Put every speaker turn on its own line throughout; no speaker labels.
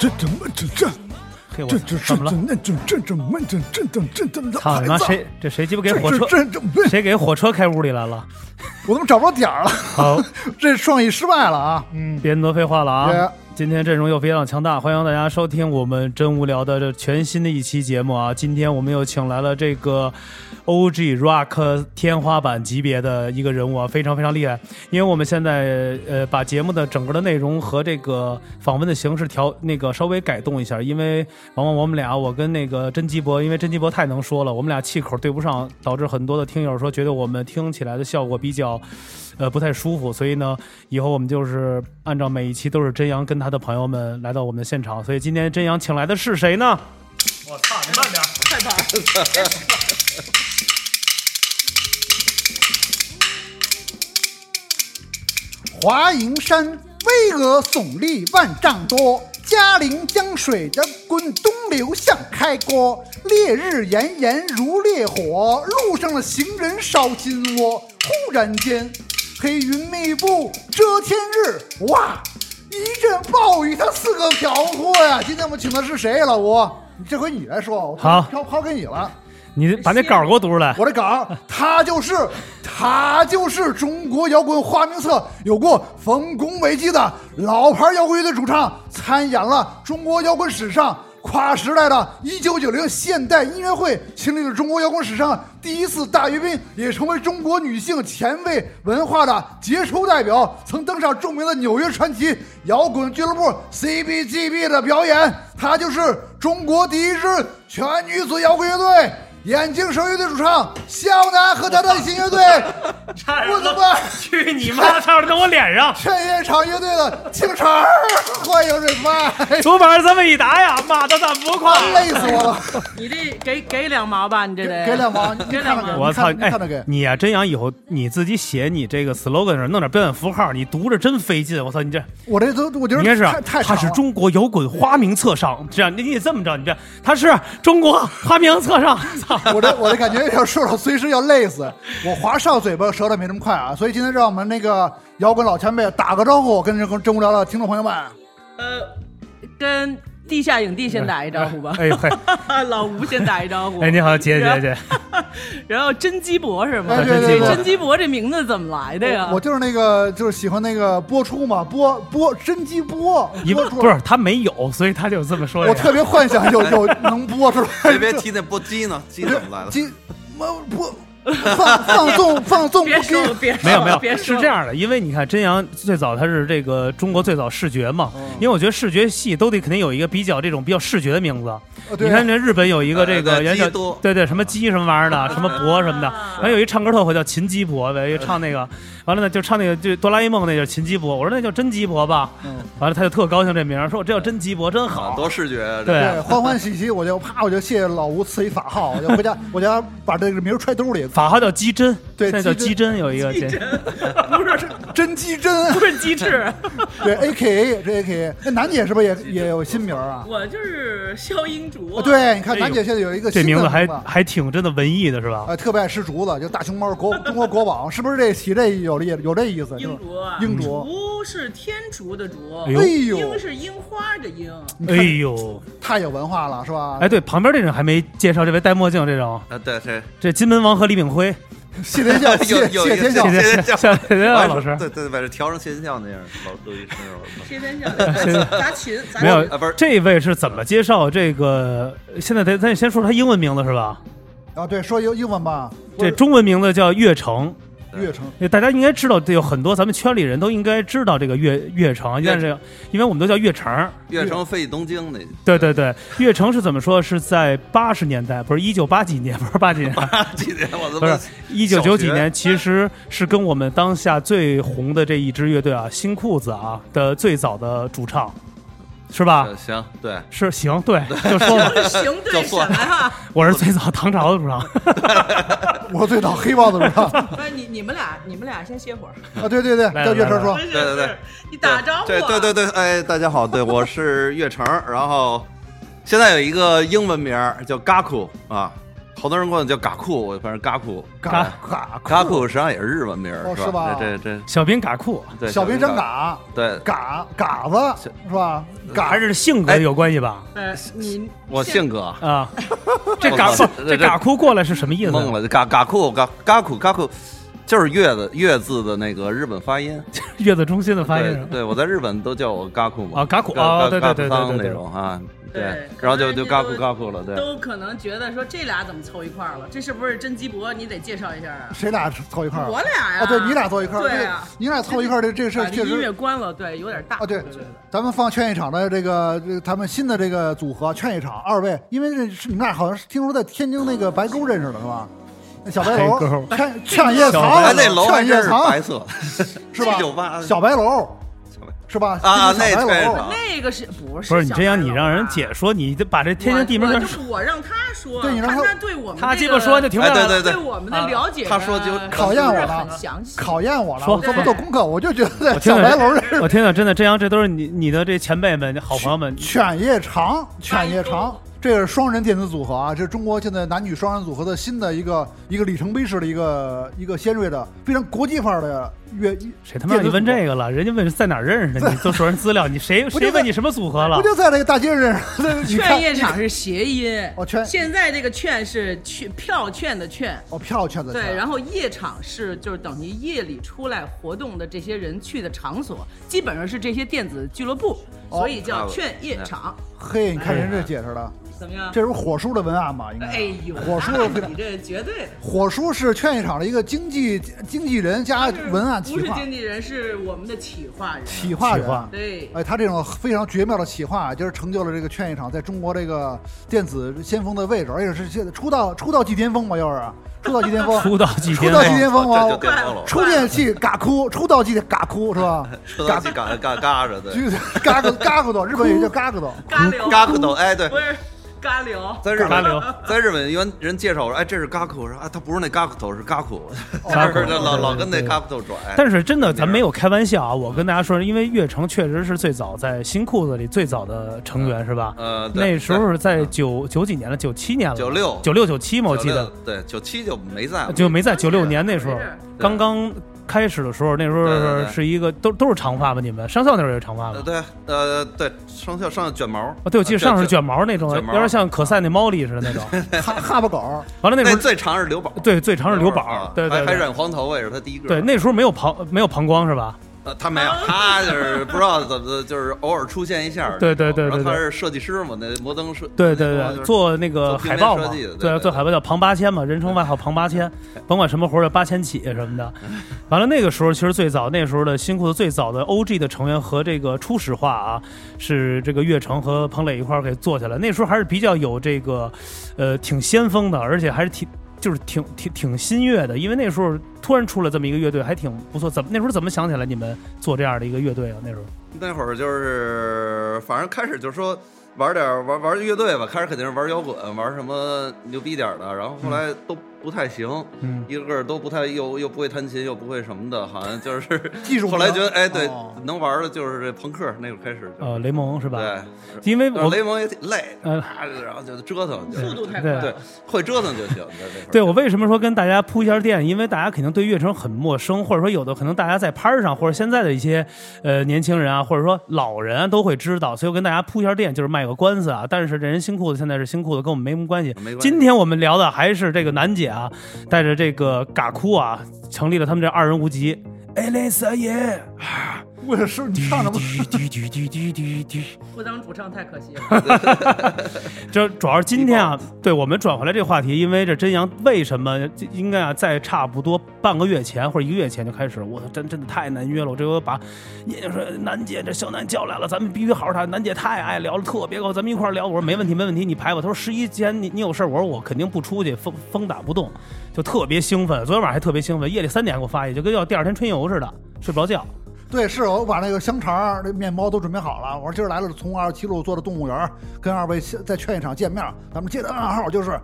这怎么这这
嘿，我
这
操
这是
怎么了？
怎那这这怎么这这这这怎么的
操
孩
你
子
妈！
啊？
谁这谁鸡巴给
这
火车
这这这不是
谁给火车开屋里来了？
我怎么找不着点儿了？
好，
这创意失败了啊！嗯，
别那么多废话了啊
Yeah
今天阵容又非常强大，欢迎大家收听我们真无聊的这全新的一期节目啊！今天我们又请来了这个 OG Rock 天花板级别的一个人物啊，非常非常厉害。因为我们现在呃把节目的整个的内容和这个访问的形式调那个稍微改动一下，因为往往我们俩我跟那个甄姬博，因为甄姬博太能说了，我们俩气口对不上，导致很多的听友说觉得我们听起来的效果比较。呃，不太舒服，所以呢，以后我们就是按照每一期都是真阳跟他的朋友们来到我们的现场，所以今天真阳请来的是谁呢？我操，你慢点！
太棒了！
华蓥山巍峨耸立万丈多，嘉陵江水的滚东流向开锅。烈日炎炎如烈火，路上的行人烧金窝。忽然间，黑云密布遮天日，哇！一阵暴雨，他四个瓢泼呀！今天我们请的是谁呀，老吴？这回你来说，我
好
抛抛给你了。
你把那稿给我读出来。
我的稿，他就是他就是中国摇滚花名册有过丰功伟绩的老牌摇滚乐队主唱，参演了中国摇滚史上跨时代的1990现代音乐会，经历了中国摇滚史上第一次大阅兵，也成为中国女性前卫文化的杰出代表，曾登上著名的纽约传奇摇滚俱乐部 CBGB 的表演。他就是中国第一支全女子摇滚乐队。眼镜蛇乐队主唱肖楠和他的新乐队，我他妈
去你妈！差点弄我脸 上。
劝业场乐队的青城儿，欢迎瑞发，
竹板这么一打呀，马的咱不夸。
累死我 了，
你这给给两毛吧，你这得
给两毛，你
给
看
两
看
毛。
我操！
你看
哎
看着给，
你呀、真阳以后你自己写你这个 slogan 的时候弄点标点符号，你读着真费劲。我操，你这
我这都我觉得
应该是啊
太太
他
长
是
了
中国摇滚花名册上，这样你你这么着，你这他是中国花名册上。 操！
我这我这感觉要说到随时要累死，我华少嘴巴舌头没那么快啊，所以今天让我们那个摇滚老前辈打个招呼，跟这跟真无聊的听众朋友们，
呃，跟地下影帝先打一招呼吧。
哎嘿，
老吴先打一招呼。
哎，你好，姐姐姐，
然后甄姬博是吗？
哎
对对对
甄姬博这名字怎么来的呀？
我就是那个就是喜欢那个播出嘛，播播真机播，
一
播
不
出
不是他没有，所以他就这么说。
我特别幻想 有有能播出来，
别别提那波鸡呢，鸡怎么来了？
鸡我播放放纵放纵
别
不
说了，
羁。
别说
没有没
了，
有
别，说
是
了
这。样的，因为你看真阳最早他是这个中国最早视觉嘛，因为我觉得视觉系都得肯定有一个比较这种比较视觉的名字。
呃
你
对，
看这日本有一 个这
呃
个
对
原
鸡
叫
多
对对什么鸡什么玩意 儿的，什么博什么的，
啊
然后有一唱歌特火叫秦鸡博呗，就唱那个，完了呢就唱那个就哆啦 A 梦那叫秦鸡博，我说那叫真鸡博吧，完了他就特高兴这名儿，说我这叫真鸡博真
啊，
好，
多视觉啊！这
对
对，欢欢喜喜，我就啪，我就谢谢老吴赐一法号，我就回家，我家把这个名儿揣兜里，
法号叫鸡真，
对
现在叫
鸡
鸡真有一个这。
不是
真鸡真，
不是鸡翅，
对，A K A 这 A K A，那楠姐是不是也也有新名儿啊？
我就是萧英竹
啊，。对，你看
哎呦
楠姐现在有一个
这
新的
名字还
名字
还挺真的文艺的是吧？
呃，特别爱吃竹子，就大熊猫国中国国宝，是不是这起这有这有这意思？就是
英竹啊，
英竹，
竹是天竺的竹，
哎呦
哎呦
樱，是樱花的樱。
哎呦，
太有文化了，是吧？
哎，对，旁边这人还没介绍，这位戴墨镜这种，
啊，对对，
这金门王和李炳辉，
谢天 笑，
有
谢
有
谢天笑
有，
谢
谢谢
谢谢谢谢谢老师。
对对，把这调成现象那样，老录一声，我操
天 天笑砸琴，砸
没有
琴
啊，不是
这位是怎么介绍这个？现在咱咱先说他英文名字是吧？
啊，对，说英英文吧，
这中文名字叫岳成，
月城，
大家应该知道，这有很多咱们圈里人都应该知道这个岳岳成，但是因为我们都叫岳成。
越城飞东京那
对对对，岳成是怎么说？是在八十年代，不是一九八几年，不是八几年，
几年我他
不
妈
是一九九几
小学
年，其实是跟我们当下最红的这一支乐队啊，新裤子啊的最早的主唱，是吧
呃？行，对，
是行，对，就说嘛，
行啊对什么呀？
我是最早唐朝的主唱，
我最早黑豹子是吧？
不是你你们俩你们俩先歇会儿。
啊，对对哦对，
来
叫月城
来
说
不，是
对对对
不是你打招呼啊。
对对对对，哎，大家好，对我是越城，然后现在有一个英文名儿叫 Gaku 啊好多人管我叫嘎酷，我反正嘎酷，
嘎嘎
嘎酷实际上也是日文名儿
哦，是
是
吧
这这
小兵嘎酷，
对，
小兵真
嘎，
嘎
对，
嘎嘎子是吧？嘎
还是性
哎
格有关系吧？
呃，你
我性格
啊，这
我
嘎
操
不
这
这
这
嘎哭过来是什么意思？啊
懵了，嘎嘎酷嘎嘎酷嘎酷，就是月的月字的那个日本发音。
月子中心的发音是
对
吧
对，我在日本都叫我嘎酷嘛，
啊嘎酷
嘎
啊
嘎
对对
嘎
对
酷桑
对对对
那种啊，
对
然后就就
可
嘎
能
酷
人家
嘎酷了，对，
都可能觉得说这俩怎么凑一块儿了？这是不是真鸡脖？你得介绍一下啊。
谁俩凑一块儿？
我俩呀
啊，对你俩凑一块儿，
对啊
这你俩凑一块儿，这这个事
把
儿
这
确
音乐
实
关了，对，有点大
啊，对
对，
咱们放劝一场的这个，这个他们新的这个组合劝一场，二位，因为这是你们俩好像是听说在天津那个白沟认识的是吧？那小白
白
楼
沟
劝劝夜
小
藏
白
哎，
了，
那楼还
劝夜
真是
藏
白色，
是吧
酒吧
小白楼
小白
是吧？
啊
天津小
那
白
确实
楼
啊。
那个是不是？
不是你这样，你让人解说，你得把这天津地名
我
叫
我就我让他说，
对你让
看
他
他对我们
他
这
鸡
个
巴说就停不下来了。
哎对
对我们的了解呢，啊
他说就
考验我
是
了
很详细。
考验我了，
说
我做不做
对
功课？我就觉得
我
小
听
白
了
楼认识
我天呐，真的，这样这都是你你的这前辈们、好朋友们，
犬夜长，犬夜长，这是双人电子组合啊，这是中国现在男女双人组合的新的一个一个里程碑式的一个一个尖锐的非常国际范儿的乐。
谁他妈让你问这个了？人家问是在哪儿 认识的，你都说人资料，你谁
不就
谁问你什么组合了
不？就在那个大街上认 识的？你看
劝业场是谐音，
哦劝
现在这个劝是去票券的券，
哦，票圈子
对，
圈
然后夜场是就是等于夜里出来活动的这些人去的场所，基本上是这些电子俱乐部，
哦
所以叫劝夜场，
嘿，你看人这解释的，
怎么样？
这是火叔的文案吧？应该。
哎呦，
火叔的非
那
常
你这绝对的。
火叔是劝业场的一个经纪经纪人加啊文案企
不是
划
经纪人，是我们的企划人。
企划
企划
人。
对，
哎，他这种非常绝妙的企划，就是成就了这个劝业场在中国这个电子先锋的位置，而且是现在出道出道即巅峰嘛，又是出道即巅峰，
出道即
出
巅
道即巅
峰，
峰
这就
啊！
电报了，
出电器嘎哭，出道即嘎哭 是吧？
车道机嘎嘎嘎着的，
就嘎咕嘎咕的，日本也叫嗯嘎咕的。
嘎流
嘎酷都哎对
不。是嘎流，
在日
嘎流
本，在日本，原人介绍我说，哎，这是嘎酷，我说啊，他不是那嘎酷头，是嘎酷，
嘎酷
老老
对对
跟那
对
嘎酷头转。
但是真的，咱没有开玩笑啊！我跟大家说，因为岳成确实是最早在新裤子里最早的成员，是吧？
呃，对
那时候是在九九几年了，九七年了，
96
九六九七嘛，我
96
记得啊
对九七就没在了，
就没在九六年那时候
没事，
刚刚开始的时候，那时候
对对对
是一个都都是长发吧？你们上校那时候也是长发吧
呃？对呃对，上校上校卷毛啊
啊，对，我记得上是
卷
卷毛那种，有
卷毛啊
点像可赛那猫力似的那种。
哈哈巴狗，
完了那
那
时候
最长是刘宝，
对最长是刘
啊
宝，对对
还还
对
染黄头发也是他第一个，
对，那时候没有膀没有膀胱是吧？
呃，他没有，他就是 不知道怎么，就是偶尔出现一下儿。
对对对对
然后他
对
是设计师嘛，那摩登设。
对对
那个就
对，
是
做那个
做平
海
面
报嘛
设计的，对
对，
对
做海报叫庞八千嘛，人称外号庞八千，甭管什么活儿叫八千起什么的。完了那个时候，其实最早那时候的新裤子最早的 OG 的成员和这个初始化啊，是这个岳成和彭磊一块儿给做起来。那时候还是比较有这个，呃，挺先锋的，而且还是挺。就是挺挺挺新乐的，因为那时候突然出了这么一个乐队，还挺不错。怎么那时候怎么想起来你们做这样的一个乐队啊？那时候
那会儿就是，反正开始就说玩点儿玩玩乐队吧，开始肯定是玩摇滚，玩什么牛逼点儿的，然后后来都不太行，
嗯
一个个都不太又又不会弹琴，又不会什么的，好像就是
技术不
后
行
来觉得哎，对
哦，
能玩的就是这朋克，那会儿开始就
呃，雷蒙是吧？
对。
因为
但是
我
雷蒙也挺累，
呃
啊然后就折腾，就
速度太快
对
对，会折腾就行。在那会儿
对我为什么说跟大家铺一下垫？因为大家肯定对乐城很陌生，或者说有的可能大家在拍儿上，或者现在的一些呃年轻人啊，或者说老人啊都会知道，所以我跟大家铺一下垫，就是卖个官司啊。但是这人新裤子现在是新裤子，跟我们没什么关系。
没关系
今天我们聊的还是这个楠姐啊，带着这个嘎哭啊，成立了他们这二人无极。哎，雷撒 耶！
我也是你唱什么？
不当主唱太可惜了。
这主要是今天啊，对我们转回来这个话题，因为这真阳为什么这应该啊，在差不多半个月前或者一个月前就开始，我操，真真的太难约了。我这回把念念说楠姐这小楠叫来了，咱们必须好好谈。楠姐太爱聊了，特别高，咱们一块儿聊。我说没问题，没问题，你排吧。他说十一，既然你你有事儿，我说我肯定不出去，风风打不动，就特别兴奋。昨天晚上还特别兴奋，夜里三点给我发一，就跟要第二天春游似的，睡不着觉。
对，是我把那个香肠、那面包都准备好了。我说今儿来了，从二十七路坐的动物园，跟二位先在劝业场见面。咱们接的暗号就是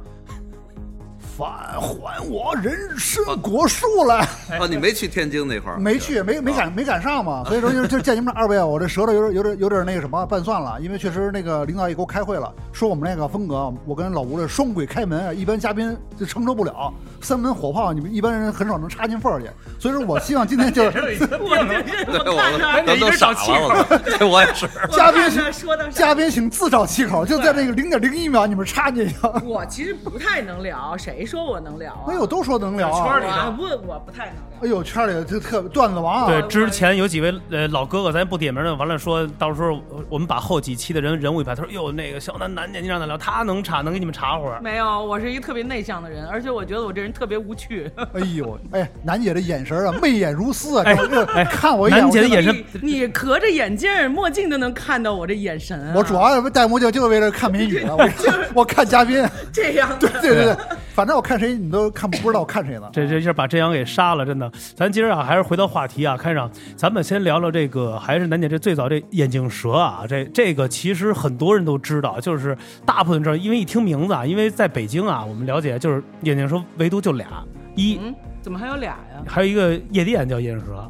返还我人参果树来。
哦，你没去天津那块 儿？
没去，没没赶没赶上嘛，所以说就是就见你们俩二位啊，我这舌头有点有点有点那个什么拌蒜了，因为确实那个领导也给我开会了，说我们那个风格啊，我跟老吴这双轨开门啊，一般嘉宾就承受不了，三门火炮你们一般人很少能插进缝儿去，所以说我希望今天就是
这已经
我这
对，
是
我
我看
我
着
我
一
都
直
傻了，
找气口
我都对我也是。
哎嘉宾
看着说到
嘉宾请自找气口，就在那个零点零一秒你们插 进去，
我其实不太能聊，谁说我能聊啊？
哎呦都说能聊
圈儿
啊
里，
我不，我不太能聊。
哎呦圈里就特段子王啊，
对，之前有几位呃老哥哥，咱不点名了，完了说到时候呃我们把后几期的人人物一排，他说哟那个小南南年纪让他聊，他能查能给你们查会儿。
没有，我是一个特别内向的人，而且我觉得我这人特别无趣。
哎呦哎楠姐的眼神啊媚眼如丝啊，
哎
整个
哎
看我一眼
楠
我
姐
就
的眼神
你 你隔着眼镜儿墨镜都能看到我这眼神啊、
我主要戴墨镜就是为了看美女 的，我我看嘉宾，
这样
对
的。
对对对，反正我看谁你都看不知道我看谁呢。
这这一下把真阳给杀了，真的。咱今儿啊，还是回到话题啊，开场，咱们先聊聊这个，还是楠姐这最早这眼镜蛇啊，这这个其实很多人都知道，就是大部分这儿，因为一听名字啊，因为在北京啊，我们了解就是眼镜蛇唯独就俩，一、
嗯，怎么还有俩呀？
还有一个夜店叫眼镜蛇，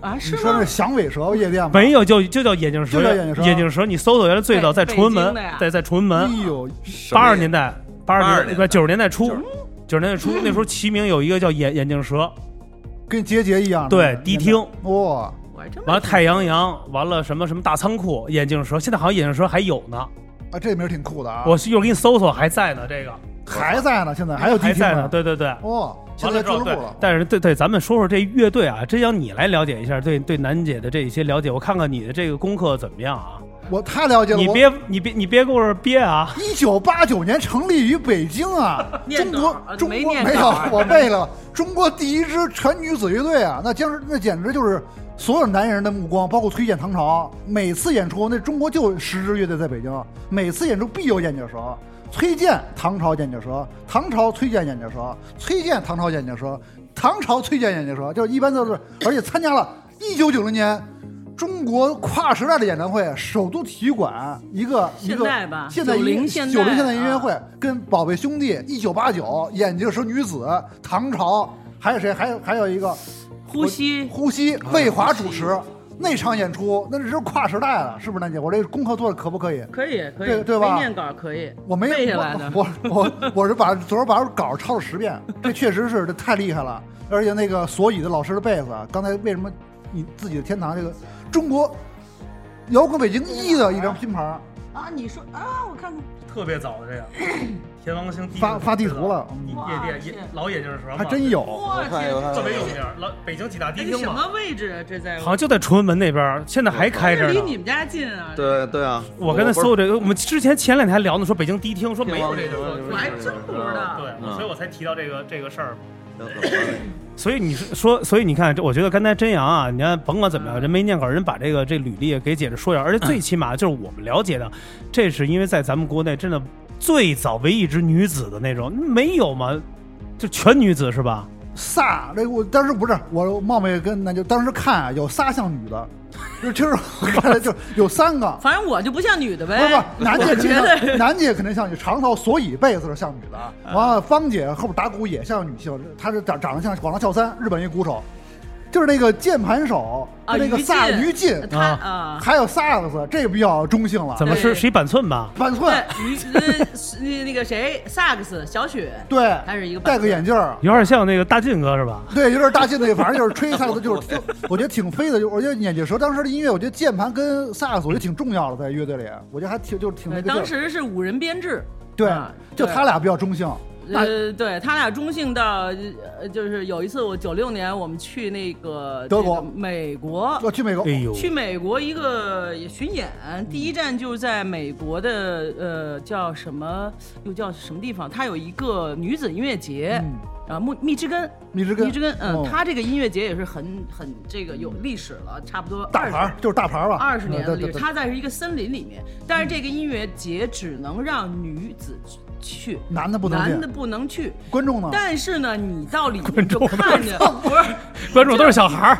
啊，是
你说
吗
那？响尾蛇夜店吗？
没有就就叫眼镜蛇，
就叫眼镜蛇
你搜搜，原来最早在
北
崇文
北京
门
的呀，
在在崇文
哎
门，
呦，
八二年代，八二
82
年
年
不
代
九十年代初
就是，
九十年代 初那时候齐名有一个叫眼眼镜蛇，
跟杰杰一样。
对迪厅
哇，
我还真没
嗯
完了太阳洋，完了什么什么大仓库眼镜蛇，现在好像眼镜蛇还有呢，
啊，这名儿挺酷的啊！
我一会儿给你搜搜还在呢，这个
还在呢，现在还有迪
还
厅
在呢，。对对对。
哇，现
完
在
了之
俱乐
后，
部
对
了，。
但是对对，咱们说说这乐队啊，真让你来了解一下，对对，楠姐的这一些了解，我看看你的这个功课怎么样啊？
我太了解了。
你别你别你别给我这儿憋啊！
一九八九年成立于北京啊，中
念叨
国
啊
中
没
国
念叨
没有
啊，
我背了中国第一支全女子乐队啊，那将是那简直就是所有男人的目光，包括推荐唐朝，每次演出那中国就十支乐队在北京，每次演出必有眼镜蛇。崔健、唐朝眼镜蛇，唐朝崔健眼镜蛇，崔健、唐朝眼镜蛇，唐朝崔健眼镜蛇，就是一般都是，而且参加了1990年中国跨时代的演唱会，首都体育馆一个一个
现代吧
现代音
90
九
现代
零现代音乐
啊
会，跟宝贝兄弟一九八九，眼镜蛇女子，唐朝，还有谁？还有还有一个
呼吸，
啊呼吸，魏华主持那场演出，那是跨时代了，是不是，楠姐？我这功课做的可不可以？
可以可以，
对对吧
没念稿可以，
我没
背下来的。
我我我我是把昨儿把稿儿抄了十遍，这确实是这太厉害了。而且那个所以的老师的贝斯啊，刚才为什么你自己的天堂这个中国摇滚北京一的一张拼盘儿
啊，你说啊，我看看，
特别早 的这个，天王星
发发地图了
夜
哇
夜店
天
也老眼镜蛇嘛
还真有，
我
看
天
我看
特别有名儿，老北京几大迪
这
厅
什
嘛，
么位置啊？这在
好像就在崇文门那边儿，现在还开着
这离
呢
你。们家近啊？，
对对啊，
我刚才搜这个，我们之前前两天还聊呢，说北京迪厅说没有这个，
我还真不知道。，
对，
嗯
所以我才提到这个这个事儿。
不
所以你是说，所以你看，这我觉得刚才真阳啊，你看甭管怎么样，人没念稿，人把这个这履历给解释说一下，而且最起码就是我们了解的，这是因为在咱们国内真的最早为一支女子的那种，没有嘛，就全女子是吧？
仨，那我当时不是我冒昧跟那就当时看啊，有仨像女的， 就就是我看来就有三个
反正我就不像女的
不是不
呗
是，，楠姐
哎我
肯
觉
定
得 啊
像，楠姐肯定像女，长头所以贝斯是像女的，完了芳姐后边打鼓也像女性，她是长长得像广场跳三日本一鼓手，就是那个键盘手，
啊
那个萨
于
于禁，
他啊，
还有萨克斯，这个比较中性了
怎，么是
对
是一板寸吧？
板寸
对，于呃是那个谁，萨克斯小雪，
对，
还是一个板
戴个
寸
眼镜儿，
有点像那个大晋哥是吧？
对，有点大劲那个，反正就是吹萨克斯，就是就我觉得挺飞的。就我觉得眼镜蛇当时的音乐，我觉得键盘跟萨克斯，我觉得挺重要的，在乐队里，我觉得还挺就是挺那
对
个劲儿。
呃当时是五人编制，
对
啊，
就他俩比较中性。那
呃，对他俩中性到，呃，就是有一次我九六年我们去那个
德国
这个美国，
要去美国哦
哎，呦，
去美国一个巡演，第一站就是在美国的呃叫什么又叫什么地方，它有一个女子音乐节，
嗯
啊密密芝根，
密芝根，
密芝根，嗯，
哦
它这个音乐节也是很很这个有历史了，差不多
大牌
20
儿就是大牌儿吧，
二十年的历史，
对对对
它在是一个森林里面，但是这个音乐节只能让女子去，
男的不能啊
男的
进，
不能去。
观众呢？
但是呢，你到里面就看着，不是
关注都是小孩儿，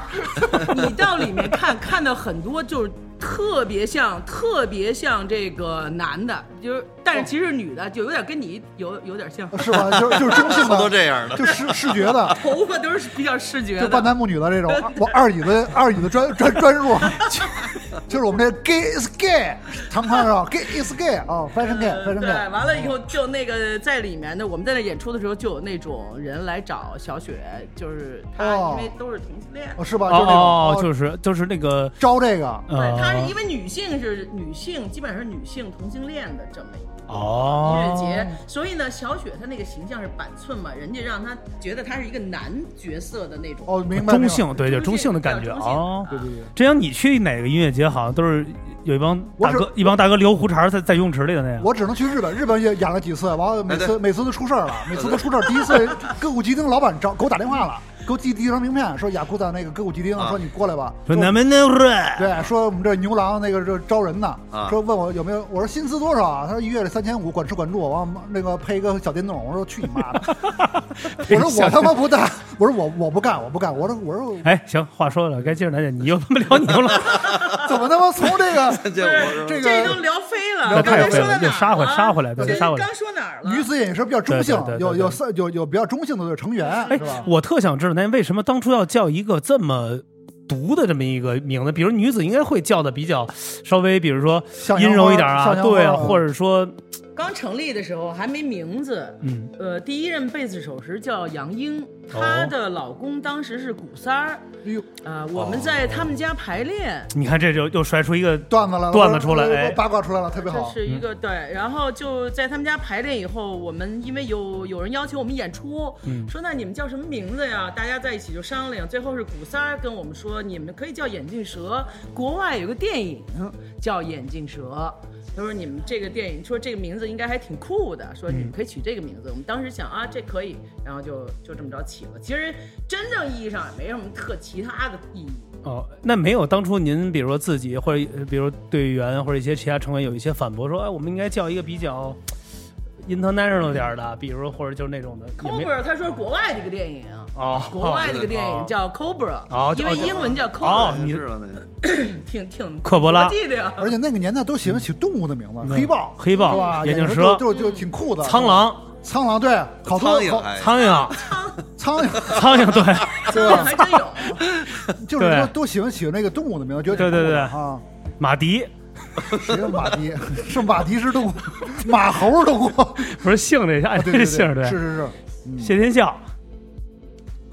你到里面看，看到很多就是特别像，特别像这个男的，就是，但是其实女的就有点跟你有有点像，
哦是吧？就是就是中性
好多
的，
这样的，
就视视觉的，
头发都是比较视觉
就半
的。
男不女的这种，我二椅子二椅子专专专入，就就是我们这 gay is gay，常宽是吧？gay is gay 啊，fashion
呃
gay，fashion
对，
gay。
完了以后就那个在里面的，我们在那演出的时候就有那种人来找小雪，就是她
哦
因为都是同性恋，
哦，是吧？就是那种
哦哦，
哦
就是就是那个
招这个，
呃
对，她是因为女性是女性，基本上是女性同性恋的这么一个。音乐
哦
节，所以呢，小雪她那个形象是板寸嘛，人家让她觉得她是一个男角色的那种。
哦，明白。明白
中，性，对，就是中性的感觉
中性
哦。
对对对。
之前你去哪个音乐节，好像都是有一帮
我
大
只
哥，一帮大哥留胡茬儿在在游泳池里的那样。
我只能去日本，日本也演了几次，完了每
哎
次、
对
每次都出事儿了，每次都出事儿。第一次 歌舞伎町老板找给我打电话了，给我寄递一张名片，说雅库在那个歌舞伎町，
啊
说你过来吧。
说
说
咱们那会儿
对，说我们这牛郎那个这招人呢，
啊
说问我有没有，我说薪资多少啊？他说一月三千五，管吃管住，完了那个配一个小电动，我说去你妈 的！我说我他妈不干，我说我我不干，我不干，我说 我说
哎，行，话说了，该接着楠姐，你又他妈 聊牛了，
怎么他妈从这个
这我
这
这
个
都聊飞
那
了，
太飞
刚才说
了
到哪
又杀回
儿了
杀回来对
这
杀回来
刚说哪儿了？
女子演艺社比较中性，
对对对对
有有
对
三有有比较中性的成员，
哎
是吧？，
我特想知道，那为什么当初要叫一个这么毒的这么一个名字？比如女子应该会叫的比较稍微，比如说
向阳
阴
花
柔一点啊
向，阳花
对啊，
嗯
或者说，
刚成立的时候还没名字。
嗯，
呃，第一任贝斯手是叫杨英，她的老公当时是古三儿。
哎呦，
啊，我们在他们家排练，
你看这就又甩出一个
段子来了，
段子出来
我我
哎
八卦出来了，特别
这
好。
是
嗯
一个对，然后就在他们家排练以后，我们因为有有人邀请我们演出，
嗯
说那你们叫什么名字呀？大家在一起就商量，最后是古三儿跟我们说，你们可以叫眼镜蛇。国外有个电影叫《眼镜蛇》，他说你们这个电影说这个名字应该还挺酷的，说
嗯
你们可以取这个名字。我们当时想啊，这可以，然后就就这么着起了。其实真正意义上也没什么特其他的意义。
哦，那没有当初您比如说自己或者呃比如队员或者一些其他成员有一些反驳说，哎，我们应该叫一个比较 international 点儿的，比如或者就是那种的，也没
Cobra，他说国外这个电影。
哦，
国外那个电
哦
影叫 Cobra，、
哦
因为英文叫 Cobra，、
哦
这
你
是了 那个
挺挺
科博拉
国际的呀。
而且那个年代都喜欢起动物的名字，黑豹、
黑豹
是吧？
嗯眼镜
就
蛇
就就挺酷的。
苍、狼、
苍狼，对，好
苍
多
蝇，
好
哎，
苍 蝇、
苍蝇，
苍蝇，对，
对
还
吧？
真有，
就是
对
都都喜欢起那个动物的名字，觉得挺
对对
酷的
对
啊。
马迪
谁叫马迪？是马迪是动物，马猴是动 物。
不是姓这下，哎，
啊对对对，
姓儿
是是是，
谢天笑，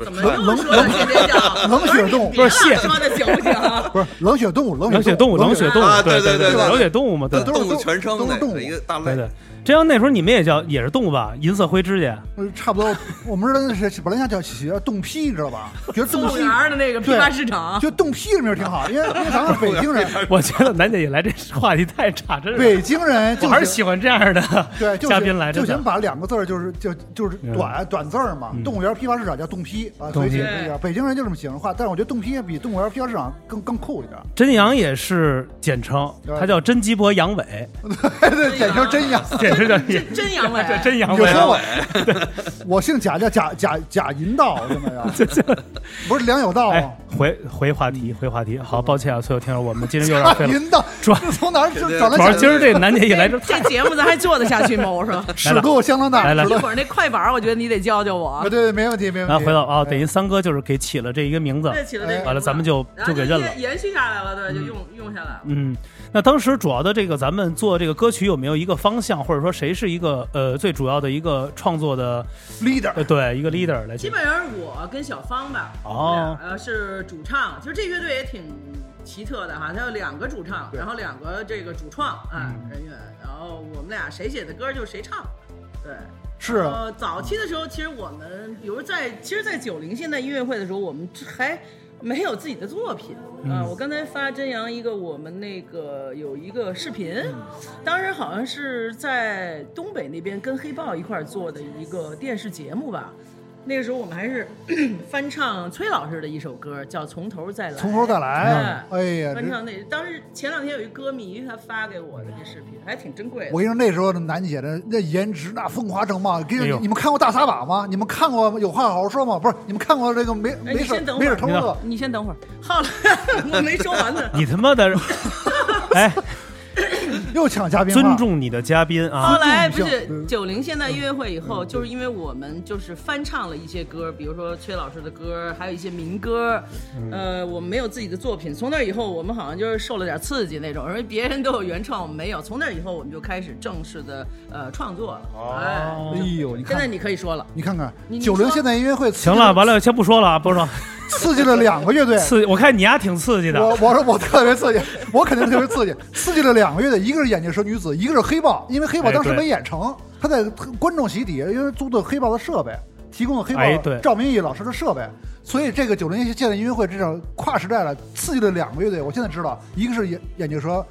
怎么又说到这些叫
冷血动物
不是你别乱说的行不行？
不是冷血动物，
冷
冷
血
血
动物，冷
冷
血
物。
动物，
啊
对
对对
对
对对
了解动物嘛，对
对
动物全称
都是
那
动物
个一个大类
对对。。这样那时候你们也叫也是动物吧？银色灰指甲，
呃差不多，我们这是本来想叫起叫冻批，你知道吧？觉得冻
动物
批
园，儿的那个批发市 场，
就冻批这名儿挺好，因为因为咱们北京人，
我觉得楠姐一来这话题太差，真是。
北京人
我
就
还是喜欢这样的
对，就
嘉
是
宾来着
就
的嗯
想。把两个字儿就是就就是短、短字儿嘛。动物园批发市场叫冻批啊，
冻
可以
批
解释一下。北京人就这么形容话，但是我觉得冻批比动物园批发市场更更酷 一点。
真阳也是简称，
对
他叫真鸡脖杨伟，
对，简称真阳。
简直 叫
真真阳痿，
哎这真
哎
杨
你就
伟。
说我，我姓贾叫贾贾贾银道，真的 呀，不是梁有道
哎
吗？，
回回话题，回话题。好，抱歉啊，所有听友，我们今天又
贾
浪费了。
银道，
转
这从哪儿就
对
找
主要
来
是今
贾？
儿这楠姐一来这太
这节目咱还做得下去 吗？我说，
尺度相当大。
来来
尺
一
度
会儿那快板，我觉得你得教教
啊，
我。
对，没问题，没
然
问
后
题。
回到啊，等于三哥就是给起了这一个名字，
对，起了这个
哎完了咱们就
然
就
后
给认了
延。延续下来了，对，就用用下来了。
嗯，那当时主要的这个咱们做这个歌曲有没有一个方向，或者说谁是一个呃最主要的一个创作的
leader，
呃对一个 leader 来
基
讲？
本上是我跟小芳吧，
哦
呃是主唱，其实这乐队也挺奇特的哈，它有两个主唱，然后两个这个主创啊、
嗯
人员，然后我们俩谁写的歌就谁唱，对。
是啊
呃，早期的时候，其实我们，比如在，其实，在九零现代音乐会的时候，我们还没有自己的作品。
嗯
啊、我刚才发真阳一个我们那个有一个视频，
嗯
当时好像是在东北那边跟黑豹一块儿做的一个电视节目吧。那个时候我们还是 翻唱崔老师的一首歌，叫《从头再来》。
从头再
嗯
来。哎呀，
翻
这
唱那，当时前两天有一歌迷他发给我的那视频，还挺珍贵的。
我跟你说，那时候的楠姐的那颜值那风华正茂，跟
哎呦
你们看过《大撒把》吗？你们看过有话好好说吗？不是，你们看过这个没
哎
没
你
事
先等会
没
儿
事偷
你
乐
等？
你先等会儿，好了，我没说完呢。
你他妈的，哎，
又抢嘉宾话
尊重你的嘉宾
后
啊，
来不
尊敬一下
是九零现代
嗯
音乐会以后，就是因为我们就是翻唱了一些歌，比如说崔老师的歌，还有一些民歌，
嗯
呃，我们没有自己的作品。从那以后，我们好像就是受了点刺激那种，因为别人都有原创，我们没有。从那以后，我们就开始正式的呃创作了。哎，
哎呦，你
现在
看，
你可以说了，
你看看
你，你
九
说
零现代音乐会，
行了，完，了，先不说了啊，不说
刺激了两个乐队。
刺，我看你丫挺刺激的
我，我说我特别刺激，我肯定特别刺激，刺激了两个乐队，一个是眼镜蛇女子，一个是黑豹，因为黑豹
哎
当时
对
没演成，他在观众席底下因为租的黑豹的设备，提供了黑
哎
豹
对
赵明义老师的设备，所以这个九零现代音乐会这场跨时代了，刺激了两个乐队，我现在知道，一个是眼眼镜蛇。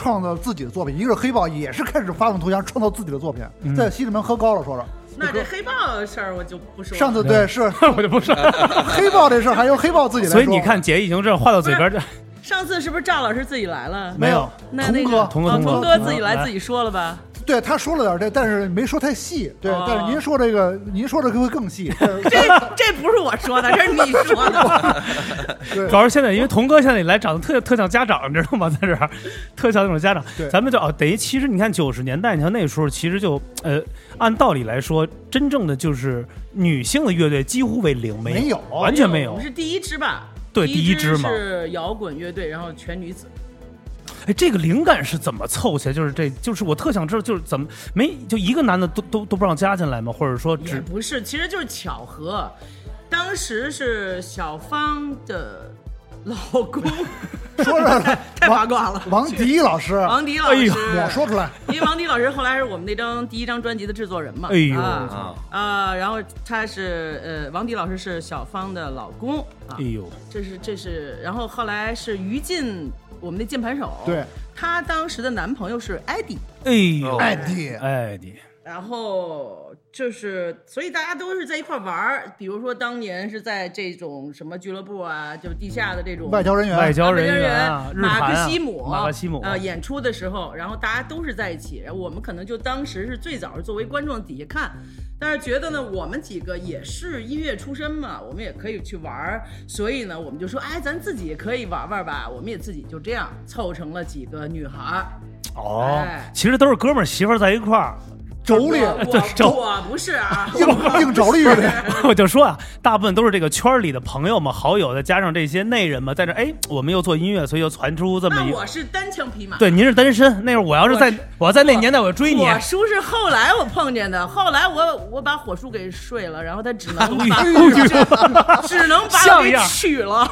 创造自己的作品，一个是黑豹也是开始发动图像，创造自己的作品，
嗯
在西直门喝高了，说说。
那这黑豹的事儿我就不说了。
上次对 是
我就不说了。
黑豹这事儿，还由黑豹自己来说。
所以你看，姐已经这话到嘴边儿这
上次是不是赵老师自己来了？
没有
那那
童
个
哥
哦
童哥童哥
童哥自己
来
来自己说了吧？
对他说了点这，但是没说太细。对，
哦
但是您说这个，您说这个会更 细。
这这不是我说的，这是你说的。
主要是现在，因为童哥现在来长得特特像家长，你知道吗？ 在这儿，特像那种家长
对。
咱们就哦，等于其实你看九十年代，你看那时候其实就呃，按道理来说，真正的就是女性的乐队几乎为零，没有，
没有
完全没
我
有
们。是第一支吧？
对第一支
支
嘛
是摇滚乐队，然后全女子。
哎，这个灵感是怎么凑起来？就是这就是我特想知道，就是怎么没就一个男的都都都不让加进来吗？或者说
也
只
不是，其实就是巧合。当时是小芳的老公，
说说
太八卦了。
王迪老师，
王迪
哎
老师，
我说出来，
因为王迪老师后来是我们那张第一张专辑的制作人嘛。
哎呦
啊
啊，
啊然后他是呃，王迪老师是小芳的老公啊
哎。呦，
这是这是，然后后来是于禁，我们的键盘手，
对，
她当时的男朋友是艾迪，
哎呦，
哦
艾迪，
哎你
然后就是，所以大家都是在一块儿玩儿。比如说当年是在这种什么俱乐部啊，就是地下的这种
外交人
外
员，
交
人
人员啊，日
马
韩啊
克西姆，
马克西姆，
呃演出的时候，然后大家都是在一起，然后我们可能就当时是最早是作为观众底下看。但是觉得呢，我们几个也是音乐出身嘛，我们也可以去玩儿，所以呢，我们就说，哎，咱自己也可以玩玩吧。我们也自己就这样凑成了几个女孩儿。
哦
哎，
其实都是哥们儿媳妇儿在一块儿。
妯 娌，
我
这
我
妯
我不是 啊，
硬硬妯娌乐队，
我就说啊，大部分都是这个圈儿里的朋友嘛、好友，再加上这些内人嘛，在这哎，我们又做音乐，所以又传出这么
那
一
我是单枪匹马。
对，您是单身，那会儿我要是在
我是
我要在那年代，我就追你。
我叔是后来我碰见的，后来我我把火叔给睡了，然后他只能把只能把我
哎像
给
样
娶了。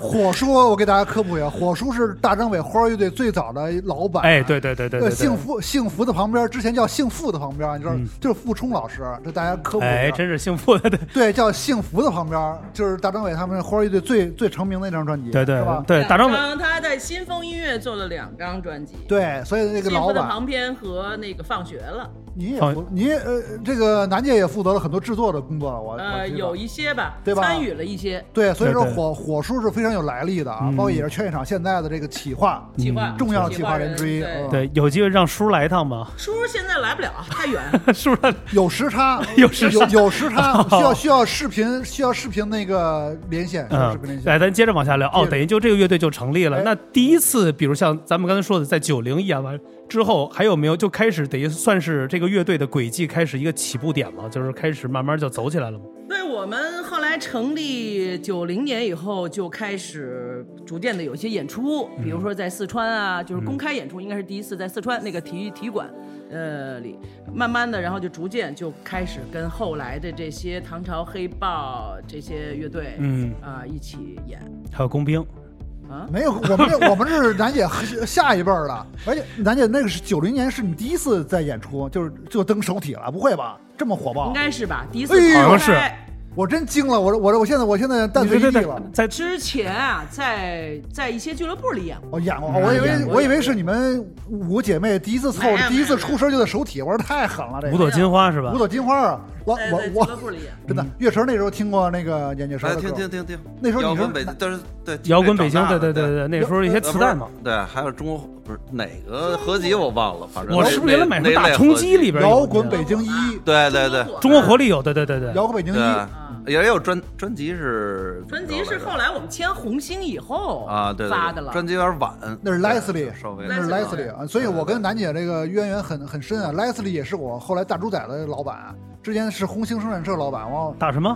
火叔，我给大家科普一下，火叔是大张伟花儿乐队最早的老板，
哎，对对对对
呃，
对对，
幸福幸福的旁边，之前叫幸福的旁边，你知道，就是傅冲老师，这大家科普
哎，
一
真
下。
是幸福 的，对
对，叫《幸福的旁边》，就是大张伟他们花儿乐队最最成名的那张专辑，
对对
是吧？
啊
对，大张伟，
他在新风音乐做了两张专辑，
对，所以那个
幸
老
福的
板，
旁边》和那个《放学了
您也
放
负您呃，这个南姐也负责了很多制作的工作了，我》，我
呃，
知道
有一些吧，
对吧
参与了一些
对，所以说
对对
火火叔是非常有来历的啊，
嗯
包括也是劝业场现在的这个企划，
企划，
嗯重要企
企
划
人
人之一，
对
嗯，
对，有机会让叔来一趟吧，
叔现在来不了，太远。
叔来，
有时差，
有时差，
有有时差 需要需要视频，需要视频那个连线，需要视
嗯
频连，
来，
线。
咱接着往下聊。
接
哦，
着
等于就这个乐队就成立了。
哎
那第一次，比如像咱们刚才说的，在九零演完之后，还有没有就开始等于算是这个乐队的轨迹开始一个起步点嘛？就是开始慢慢就走起来了嘛？
对我们后来成立九零年以后，就开始逐渐的有一些演出，比如说在四川啊，就是公开演出，应该是第一次在四川那个体育体育馆，呃里，慢慢的，然后就逐渐就开始跟后来的这些唐朝黑豹这些乐队，
嗯
啊、一起演
还有工兵，
啊。
没有，我们这我们是楠姐下一辈儿的，而且楠姐那个是九零年，是你第一次在演出，就是就登首体了，不会吧？这么火爆
应？该是吧，第一次
哦哎呦
好
公
像是
开
我真惊了，我我我现在我现在淡随
对
一
对
地
对
了。，
在
之前啊，在在一些俱乐部里演过，
我哦演过，我以为
嗯演过
我以为是你们五个姐妹第一次凑
没有，
第一次出声就在手体，我说太狠了，这
五朵金花嗯是吧
五？朵金花啊！我
在在俱
我
乐
我
部里演过。
真的，月晨那时候听过那个眼镜蛇
哎，
的
听
歌
听，听听，
那时候你
摇
是
滚北，但是对
摇滚北京，
长大
对
了
对
对
对对，那时候一些磁带嘛。
呃不是对，还有中国不是哪个合集我忘了，反正
我
那
是不是原来买
那
过大
类
冲
合集
击里边有
摇滚北京一，
对对对，
中国活力有，对对对对
摇滚北京一，
对，
啊。
也有专专辑是
专辑啊是后
来
来我们签红星以后
啊，对对对
发的了。
专辑有点晚，
那是 Leslie，
稍微
那是
Leslie
Leslie 啊，所以我跟楠姐这个渊源很很深啊。Leslie 也是我后来大猪仔的老板，啊之前是红星生产社老板，然后
打什么？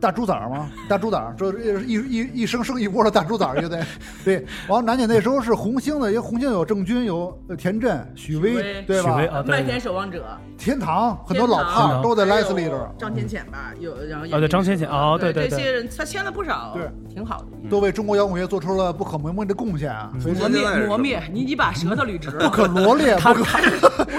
大猪崽儿吗？大猪崽儿，这一一一生生一窝的大猪崽儿乐队。对，然后楠姐那时候是红星的，因为红星有郑钧，有呃田震、许
许
巍
巍，
对吧
许？巍啊对
麦田守望者，
天堂很多
天
老
堂
炮儿都在
还有
Leslie 这儿，
张天浅吧，有然后
啊对张天浅哦对对
对这
对
些人他签了不少，
对，
挺好的。
都为中国摇滚乐做出了不可磨灭的贡献
嗯
啊，所以
磨
说
灭磨灭，你你把舌头捋直
不
了，
可罗列，不可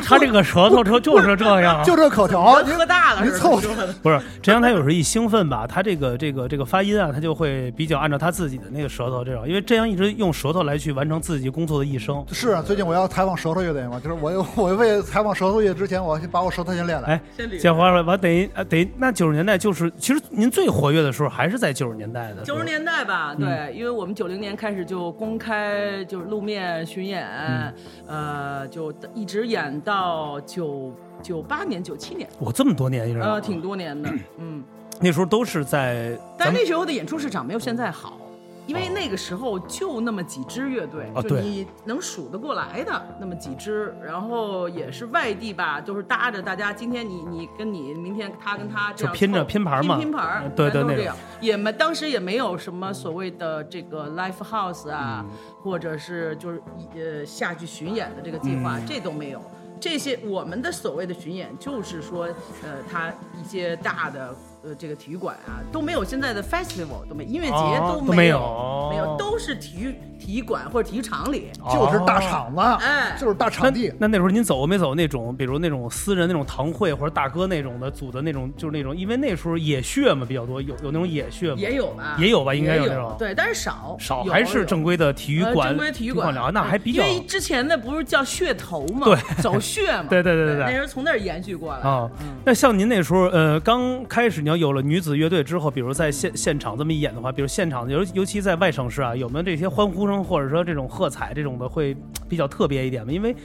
他这个舌头就就是这样啊，
就这口条，
跟喝大了
您
似的。
凑合
说的
不是，陈阳他有时候一兴奋吧，他这个这个这个发音啊，他就会比较按照他自己的那个舌头这种，因为郑阳一直用舌头来去完成自己工作的一生。
是啊，最近我要采访舌头乐队嘛，就是我又我为采访舌头乐队之前，我要先把我舌头先练来。
哎
先，捋
小花说，完等于啊等于那九十年代就是，其实您最活跃的时候还是在九十年代的。
九十年代吧，
嗯
对，因为我们九零年开始就公开就是路面巡演，
嗯
呃，就一直演到九九八年、九七年，
我这么多年一直
呃，挺多年的，嗯。
那时候都是在咱
但
们
那时候的演出市场没有现在好，因为那个时候就那么几支乐队，
哦
就
对
你能数得过来的那么几支，然后也是外地吧，就是搭着大家，今天你你跟你，明天他跟他这样
就拼着
凑
拼盘嘛
拼拼盘儿，
对对
咱都
那
这
个
样，也没当时也没有什么所谓的这个 l i f e house 啊，
嗯
或者是就是呃下去巡演的这个计
嗯
划，这都没有。这些我们的所谓的巡演，就是说，呃，它一些大的呃这个体育馆啊都没有现在的 festival 都没音乐节
哦都
没
没
有、
有哦
没有都是体育体育馆或者体育场里。
就是大场子，
哎
就是大
那
场地。
那那时候您走没走那种，比如那种私人那种堂会或者大哥那种的组的那种，就是那种，因为那时候野穴嘛比较多，有有那种野穴嘛，
也有吧，
也有吧应该有
也有
那种
对，但是少
少
有
还是
有
正规的体育
呃
馆，
正规体育
馆啊聊，那还比较
因为之前的不是叫噱头嘛，
对
走穴嘛，
对对对对
对
对
那时候从那儿延续过来
啊。那像您那时候，呃，刚开始你要有了女子乐队之后，比如在现现场这么一演的话，比如现场尤尤其在外省市啊，有没有这些欢呼声或者说这种喝彩这种的会比较特别一点吗？因为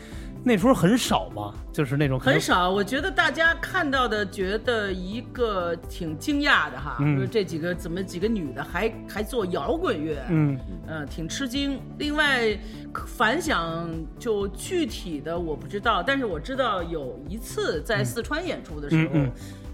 那时候很少嘛，就是那种可能
很少，我觉得大家看到的，觉得一个挺惊讶的哈，
嗯
就是这几个怎么几个女的还还做摇滚乐，
嗯
呃，挺吃惊。另外可反响就具体的我不知道，但是我知道有一次在四川演出的时候。
嗯嗯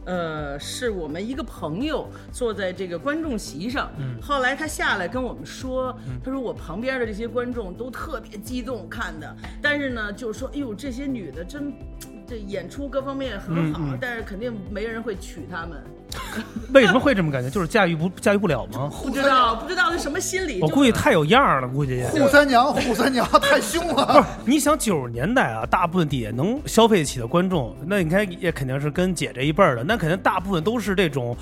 呃，是我们一个朋友坐在这个观众席上，
嗯
后来他下来跟我们说，他说我旁边的这些观众都特别激动看的，但是呢，就说哎呦这些女的真，这演出各方面很
嗯
好，但是肯定没人会娶她们，
为什么会这么感觉？就是驾驭不驾驭不了吗？
不知道不知道是什么心理，
我
就
估计太有样儿了，估计。
扈三娘，扈三娘 太凶
不是
了。，
你想九十年代啊，大部分底下能消费起的观众，那你看也肯定是跟姐这一辈儿的，那肯定大部分都是这种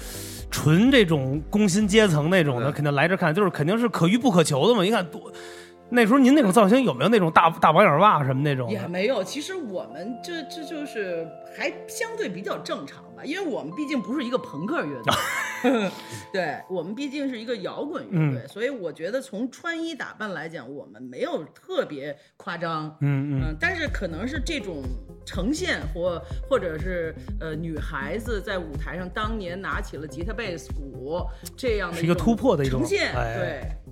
纯这种工薪阶层那种的，
对
肯定来这看，就是肯定是可遇不可求的嘛。你看多那时候您那种造型有没有那种大大网眼袜什么那种
也
的？
没有，其实我们这这就是还相对比较正常吧，因为我们毕竟不是一个朋克乐 队，对我们毕竟是一个摇滚乐
嗯
队，所以我觉得从穿衣打扮来讲，我们没有特别夸张，
嗯嗯，
嗯，但是可能是这种呈现或或者是呃女孩子在舞台上当年拿起了吉他、贝斯、鼓这样的
是一个
种
突破的一种
呈现，
哎嗯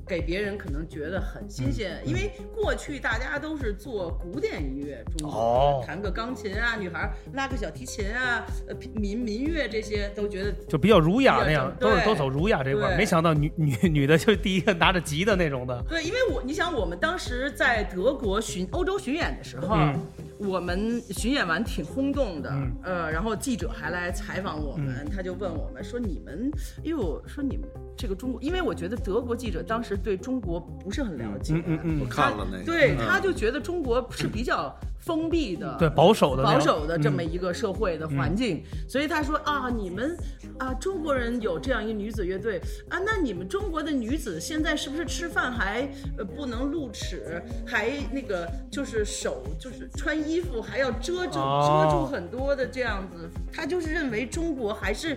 对，给别人可能觉得很新鲜，因为过去大家都是做古典音乐，中国、
哦
弹个钢琴啊，女孩儿拉个小提琴啊，呃民民乐这些都觉得
就比较儒雅
比较
那样，都是
对
都走儒雅这块儿。
对
没想到女女女的就第一个拿着吉的那种的，
对，因为我你想，我们当时在德国巡欧洲巡演的时候，
嗯
我们巡演完挺轰动的，呃，然后记者还来采访我们，
嗯
他就问我们说：“你们，哎呦，说你们这个中国，因为我觉得德国记者当时对中国不是很了解，
嗯嗯嗯
我看了那个，
对，
嗯
他就觉得中国是比较封闭的，
对保守的那
保
种嗯
守的这么一个社会的环境，所以他说啊，你们啊，中国人有这样一个女子乐队啊，那你们中国的女子现在是不是吃饭还呃不能露齿，还那个就是手就是穿衣服还要遮住、
哦
遮住很多的这样子，他就是认为中国还是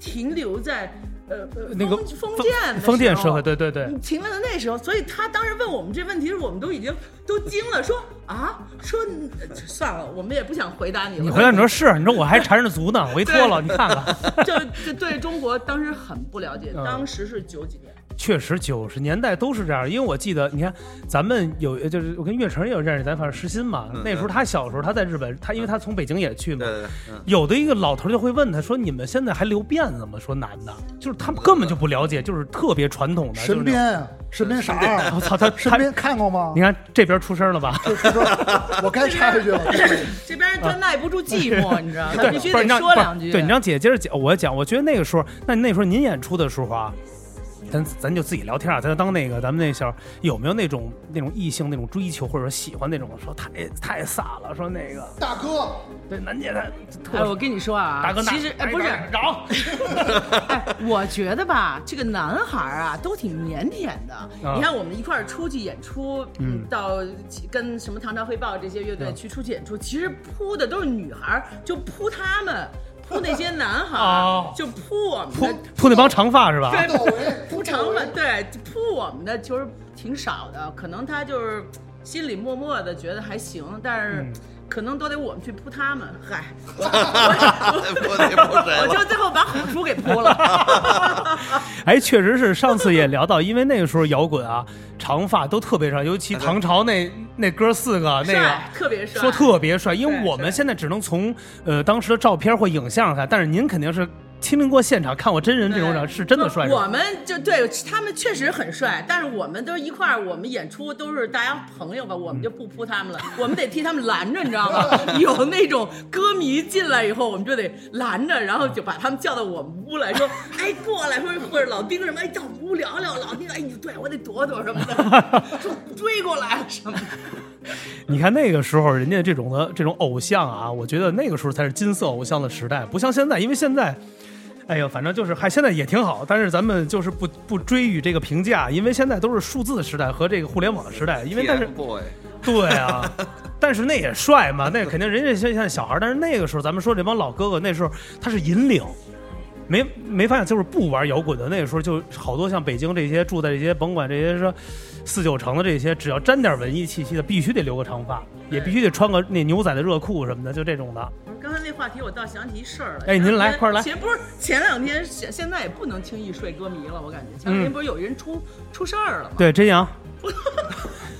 停留在呃呃
那个
封封建的
封建
时
社
候
会，对对对，
停留在那时候，所以他当时问我们这问题，时候，我们都已经都惊了，说啊，说呃算了，我们也不想回答你了。
你回来你 说是，啊你说我还缠着足呢，我一脱了，你看看，
这这对中国当时很不了
嗯
解，当时是九几年，
确实九十年代都是这样，因为我记得，你看咱们有就是我跟岳成也有认识，咱反正石鑫嘛，
嗯
那时候他小时候他在日本，他因为他从北京也去嘛
对，对，对 嗯，
有的一个老头就会问他说：“你们现在还留辫子吗？”说男的，就是他们根本就不了解，就是特别传统的。就是
身
那种
边啊，身边啥啊？
我操，他
身
他，
边看过吗
你？看这边出声了吧？
就说我该插一句了。
这边人他耐不住寂寞，你知道吗？他
嗯啊 对，
必须
不是
得
你让
说
不是
两句。
对，你让姐接着讲，我讲。我觉得那个时候，那那时候您演出的时候啊，咱咱就自己聊天啊，咱就当那个咱们那小有没有那种那种异性那种追求或者说喜欢那种说太太飒了，说那个
大哥，
对楠姐她
哎，我
特
跟你说啊，
大哥那
其实哎不是，
饶，
哎，我觉得吧，这个男孩儿啊都挺腼腆的。
啊
你看我们一块儿出去演出，
嗯
嗯，到跟什么唐朝汇报这些乐队
嗯
去出去演出，其实扑的都是女孩儿，就扑 他们，扑那些男孩
哦
儿，就扑我们
扑
的，
扑那帮长发是吧？
对
窦唯，
扑长们，对，扑我们的就是挺少的，可能他就是心里默默的觉得还行，但是
嗯
可能都得我们去扑他们，嗨。
哎不得不谁
我
了
就最后把虎叔给扑了。
哎，确实是，上次也聊到，因为那个时候摇滚啊，长发都特别长，尤其唐朝那那哥四个 那个。
帅，特别啊帅，
说特别帅，因为
对
我们
是
现在只能从呃当时的照片或影像看，但是您肯定是亲临过现场看过真人这种
对
人，是真的帅。是吧
我们就对他们确实很帅，但是我们都一块儿，我们演出都是大家朋友吧，我们就不扑他们了， 我们得替他们拦着，你知道吗？ 有那种歌迷进来以后，我们就得拦着，然后就把他们叫到我们屋来说，哎，过来，说或者老丁什么，哎，到我们屋聊聊，老丁，哎，你对我得躲躲什么 的，说追过来什么的。
你看那个时候人家这种的这种偶像啊，我觉得那个时候才是金色偶像的时代，不像现在，因为现在。哎呦，反正就是还现在也挺好，但是咱们就是不不追与这个评价，因为现在都是数字时代和这个互联网时代，因为但是
boy，
对啊，但是那也帅嘛，那肯定人家现在小孩儿，但是那个时候咱们说这帮老哥哥，那时候他是引领。没没发现，就是不玩摇滚的那个时候，就好多像北京这些住在这些甭管这些说四九城的这些，只要沾点文艺气息的，必须得留个长发，也必须得穿个那牛仔的热裤什么的，就这种的。
刚才那话题我倒想起一事儿来。
哎您来
前
快来
前不是前两天，现现在也不能轻易睡歌迷了，我感觉
嗯
前两天不是有一人出、出事儿了吗？
对，真阳，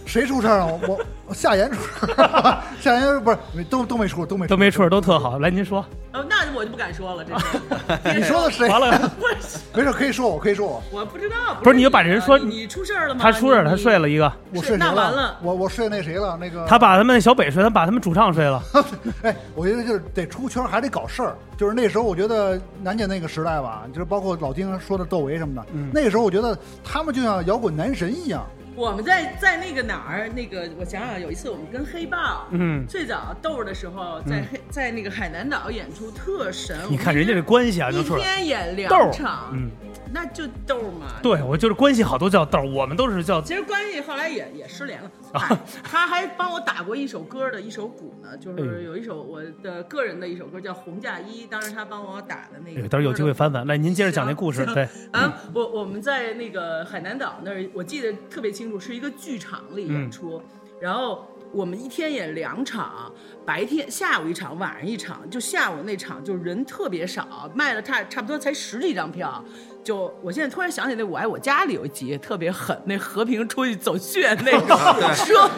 谁出事儿了？我我夏言出事儿了，夏言不是都都没出，都没出
都。没错，都特好。来，您说，
呃，那我就不敢说了，这 个
你说的谁？
完了，
我
没事，可以说我，可以说我。
我不知道，
不是你就
就
把人说
你你出事儿了吗？
他出事儿了，他睡
了。
了一个，
我睡
是
谁
那完了
我我睡那谁了？那个
他把他们小北睡，他把他们主唱睡了。
哎，我觉得就是得出圈，还得搞事儿。就是那时候，我觉得楠姐那个时代吧，就是包括老丁说的窦唯什么的，
嗯
那个时候我觉得他们就像摇滚男神一样。
我们在在那个哪儿，那个我想想，有一次我们跟黑豹，
嗯
最早豆儿的时候，在黑、在那个海南岛演出特神。
你看
我们
人家这关系啊，就
一
出来。
天演
豆
两
儿
场，
嗯，
那就豆儿嘛，
对，我就是关系好都叫豆儿，我们都是叫
其实关系后来也也失联了，
啊
哎他还帮我打过一首歌的一首鼓呢，就
哎
是有一首我的个人的一首歌叫《红嫁衣》，当时他帮我打的那个。
哎到时候有机会翻翻。来，您接着讲那故事。
行
对，
啊，我我们在那个海南岛那儿，我记得特别清楚，是一个剧场里演出，然后我们一天演两场，白天下午一场，晚上一场，就下午那场就人特别少，卖了差差不多才十几张票。就我现在突然想起那《我爱我家》里有一集特别狠，那和平出去走穴那个说。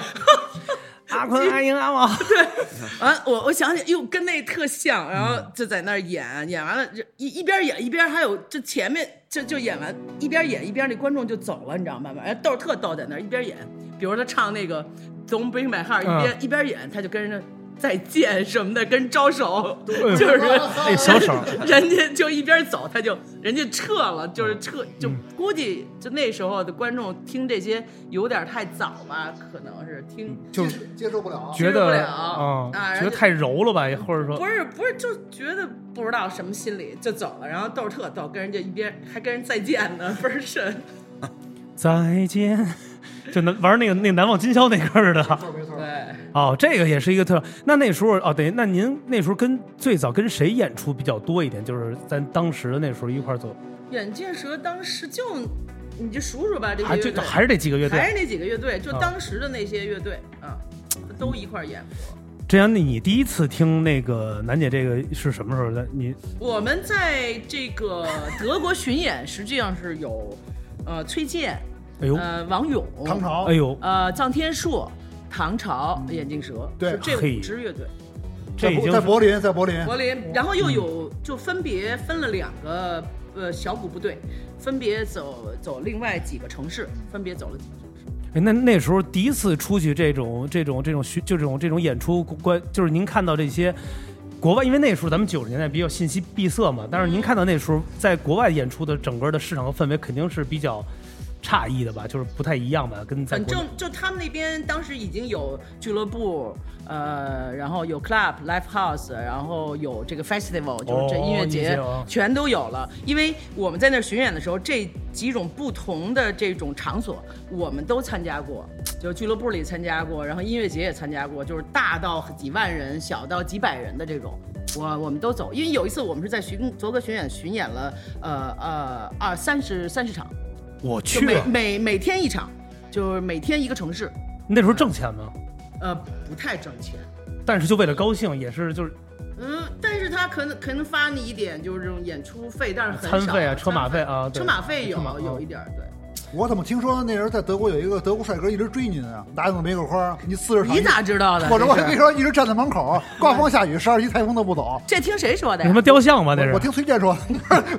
阿坤、阿英、阿王，
啊，我我想起，哟，跟那特像，然后就在那儿演，演完了就一一边演一边还有，就前面就就演完一边演一边那观众就走了，你知道吗？哎，豆儿特逗，在那儿一边演，比如他唱那个《Don't Break My Heart》，一边、一边演，他就跟人家再见什么的，跟人招手，就是
那哎小手儿，
人家就一边走，他就人家撤了，就是撤，就估计就那时候的观众听这些有点太早吧，可能是听。
就
接接受不了。
觉
不
得
了
嗯
啊，
觉得
人家
太柔了吧，或者说
不是不是，就觉得不知道什么心理就走了，然后豆儿特逗，跟人家一边还跟人再见呢， 倍儿深。
再见，就能玩那个那个难忘今宵那歌儿似的。
没错没错，
对，
哦，这个也是一个特。那那时候哦，对，那您那时候跟最早跟谁演出比较多一点？就是咱当时的那时候一块儿走，
眼镜蛇当时就你就数数吧，这
还
些乐
就
队
还是这几个乐
还
队。
是那几个乐队，就
啊
当时的那些乐队啊，都一块儿演过。
这样，那你第一次听那个楠姐这个是什么时候的？你
我们在这 个德国巡演，实际上是有呃崔健、
哎呦，
呃王勇、
唐朝
哎，呦，
呃臧天朔、唐朝、眼镜蛇，
对
是这
嗯嘿
五支乐队。
这
在
已
柏
经
在
是
柏林，在柏林，
柏林，然后又有就分别分了两个呃小股部队，分别走走另外几个城市，分别走了几个城市。
哎，那那时候第一次出去这种这种这种巡就这种这种演出关，就是您看到这些国外，因为那时候咱们九十年代比较信息闭塞嘛，但是您看到那时候在国外演出的整个的市场和氛围肯定是比较诧异的吧，就是不太一样吧，跟在
反
国内
正就他们那边当时已经有俱乐部，呃，然后有 club、live house，然后有这个 festival，就是这
音
音乐
乐
节、
节啊
全都有了。因为我们在那儿巡演的时候，这几种不同的这种场所我们都参加过，就是俱乐部里参加过，然后音乐节也参加过，就是大到几万人，小到几百人的这种。我我们都走，因为有一次我们是在巡卓格巡演巡演了，呃呃二三十三十场，
我
就
哦去
每
了，
每每天一场，就是每天一个城市，
那时候挣钱吗？
呃，不太挣钱。
但是就为了高兴，也是就是
嗯，但是他可能可能发你一点就是这种演出费，但是很
餐
少
费啊、车
餐
马费啊，对
车马费
车马
有
啊
有一点儿，对。
我怎么听说那人在德国有一个德国帅哥一直追您啊？打你玫瑰花，你四十场，
你咋知道的？
我这我跟
这
你
是
说，一直站在门 口，刮风下雨，十二级台风都不走。
这听谁说
那
的呀
什？么雕像吗？那
我
是
听崔健说，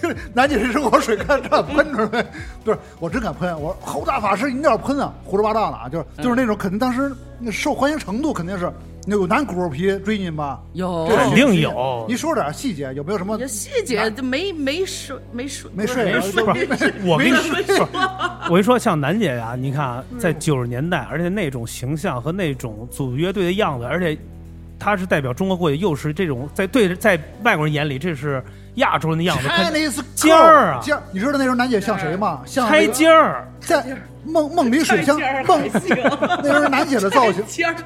就是南京人生活水干这喷出来，就是我真敢喷，啊我说侯大法师一定要喷啊，胡说八道呢啊，就是就是那种肯定当时那受欢迎程度肯定是那有男骨肉皮追您吧，
有
这是
肯定有
您说点细节，有没有什么
有细节就没没睡没睡
啊没睡
没
着
睡
就
不是我跟你
没睡
说， 我跟你说，像楠姐啊，你看啊，
嗯
在九十年代，而且那种形象和那种组乐队的样子，而且她是代表中国过去，又是这种在对在外国人眼里这是亚洲人的样子，看
Chinese
尖儿啊
尖儿，你知道那时候楠姐像谁吗？像那
开
个
尖儿，
在梦梦里水乡
尖儿
梦
还，行
那时候楠姐的造型，
尖儿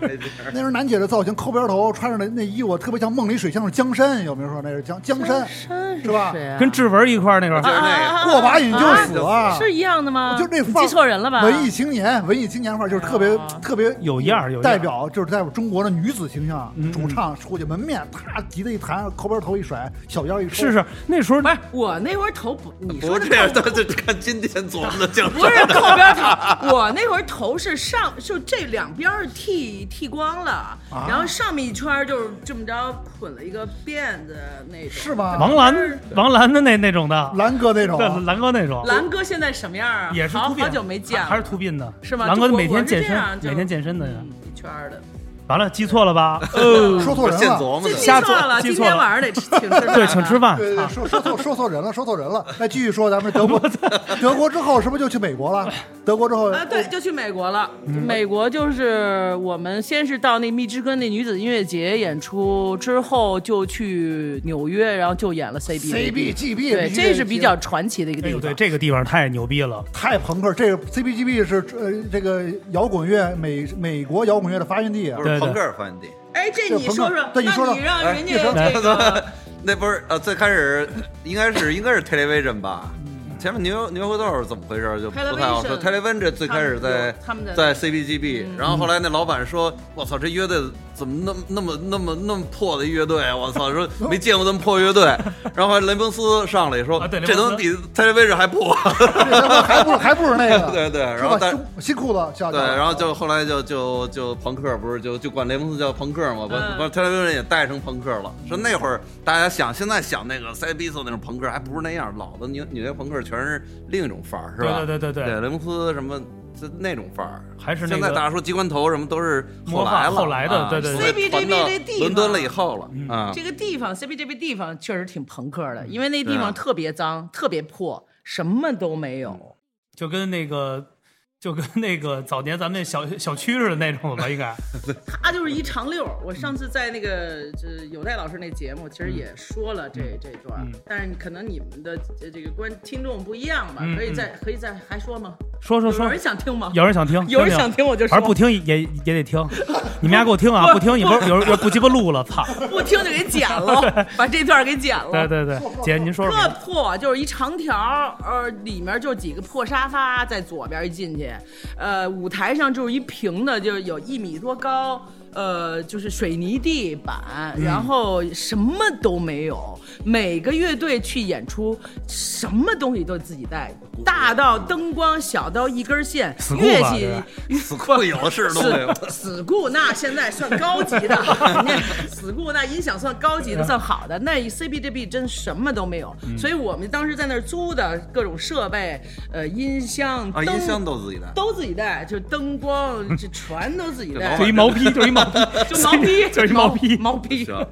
那时候楠姐的造型，抠边头，穿上的那衣服特别像梦里水乡的江山，有没有说那是江江山？
山
是吧
谁啊
跟志文一块儿那块
啊
就
儿，
是那
过把瘾就死
啊
啊！
是一样的吗？
就那
你
范儿
记错人了吧？
文艺青年，文艺青年范儿就是特别
啊
特别
有样儿有样儿
代表就是代表中国的女子形象
嗯嗯，
主唱出去门面，啪吉他一弹，抠边头一甩，小腰一抽
是。是，那时候
不是我那会儿头不，啊你
个，不
说的
是这样，
头
但是看今天琢磨的江
不是
山。
靠边头，我那会儿头是上，就这两边儿剃剃光了，
啊
然后上面一圈儿就是这么着捆了一个辫子那种。
是？吧？
王兰王兰的那那种的，
兰哥那种
对
啊，
兰哥那种，
兰哥现在什么样啊？
也是
好
秃鬓，
好久没见了，
还是秃鬓的，
是吗？
兰哥
就我
每天
我是这
健身
样，就
每天健身的呀。
嗯一圈儿的。
完了，记错了吧？呃，
说错人
现
了。
琢磨
这
的
记，
瞎
错了，
记
今
错了
天晚上得请吃饭。
对，请吃。
啊
饭。
对对，对说说错说错人了，说错人了。那继续说咱们德国，德国之后是不是就去美国了？德国之后，
啊，对，就去美国了。美国就是我们先是到那密支根那女子音乐节演出，之后就去纽约，然后就演了 CB。
CBGB，
对，这是比较传奇的一个
哎
地
呦，
方。
对，这个地方太牛逼了。
太朋克。这个 CBGB 是呃这个摇滚乐美美国摇滚乐的发源地啊
不。
对对
是朋克尔翻地。
哎，这
这
你
朋
说
克
说，
对你
那
说说
你让
哎
人
你
家这个
那不是呃，最开始应该是应该是 television 吧？前面牛牛回豆是怎么回事？就不太好说。
Television
television 这最开始在
他们有他们的嗯
在 CBGB，然后后来那老板说：“我操，这乐队怎么那么那么那么那么破的乐队啊？我操，说没见过这么破乐队。”然后后来雷蒙斯上来也说
啊对：“雷
这
蒙
能
斯
比 television 还破。
还不如还不如那个，
对对然
是
后
吧？
但
新新裤子小
对，然后就后来就就就朋克不是就就管雷蒙斯叫朋克嘛，把
嗯
把 television 也带成朋克了。说那会儿大家想，现在想那个 c b 色那种朋克，还不是那样，老的纽纽约朋克全是另一种范儿，是吧？
对对对对对
对，雷蒙斯什么。这那种范儿，
还是那
现在
个
大家说机关头什么都是后
模仿
来了，
后来的
啊
对对嗯对
所以
CBGB
传到
这地方
伦敦了以后了啊，
这个地方 CB 这个地方确实挺朋克的，因为那地
对啊
方特别脏，特别破，什么都没有。
就跟那个，就跟那个早年咱们那小小区似的那种吧，应该。
它啊就是一长溜儿。我上次在那个这有代老师那节目，其实也说了这这段儿
嗯，
但是可能你们的呃这个观听众不一样吧
嗯，
可以再可以再还说吗？
说说
有
说
人，想听吗？
有人想听，
有人想听我就说
反正不听也也也得听，你们俩给我听 啊，不听你不是有人有人不鸡巴录了，操！
不听就给剪 了，把这段给剪了。
对对对，姐您说
特
说，
破，就是一长条儿，呃，里面就几个破沙发，在左边一进去，呃，舞台上就是一平的，就有一米多高，呃，就是水泥地板，
嗯
然后什么都没有。每个乐队去演出，什么东西都自己带，大到灯光，小到一根线
死，固吧
乐
对吧
器
死库有是都没有。
死 死固那现在算高级 的，那死固那音响算高级的，算好的。那 CBGB 真什么都没有，
嗯
所以我们当时在那儿租的各种设备，呃，音箱、
啊，
灯、
音箱都自己带。
都自己带，就灯光这全都自己 带
这
就，一毛坯，就一毛坯，
就毛 坯，
就是一毛坯，
毛坯。
行，啊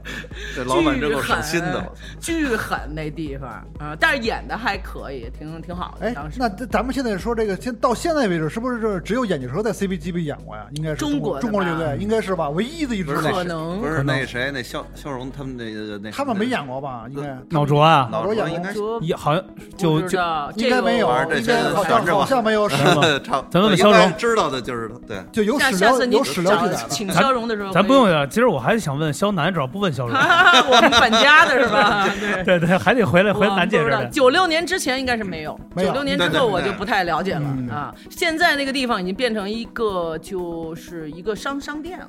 这老板真够省心的。我操
巨狠，巨狠那地方啊、呃但是演的还可以，挺挺好的。
哎
当，时
那咱们现在说这个，现到现在为止，是不是只有眼镜蛇在 CBGB 演过呀？应该是
中国的吧
中国乐队，应该是吧？唯一的一支
不是那
吧
可
谁
能
不是那谁，那肖肖荣他们那个那
他们没演，过吧？应该
脑浊 啊，
老
演
演
过
应该 是
就
也好像
不
就
知
就
道
应该没有
玩意，儿
应
这
该
些
好
反
像
正吧
好像没 有，是吧
差
咱问问
应
肖
该
荣
知道的就是他对。
就有
下
史
下
料
次你
有史料记载
找
的。
请
咱
肖荣的时候，
咱不用聊，其实我还想问肖楠，主要不问 肖荣，
啊， 我们本家的 是吧？对。
对对，还得回来回楠姐这儿来。
九六年之前应该是没有，
没有
九六年之
对对
后
对
我就不太了解了
嗯
啊。现在那个地方已经变成一个就是一个商商店了，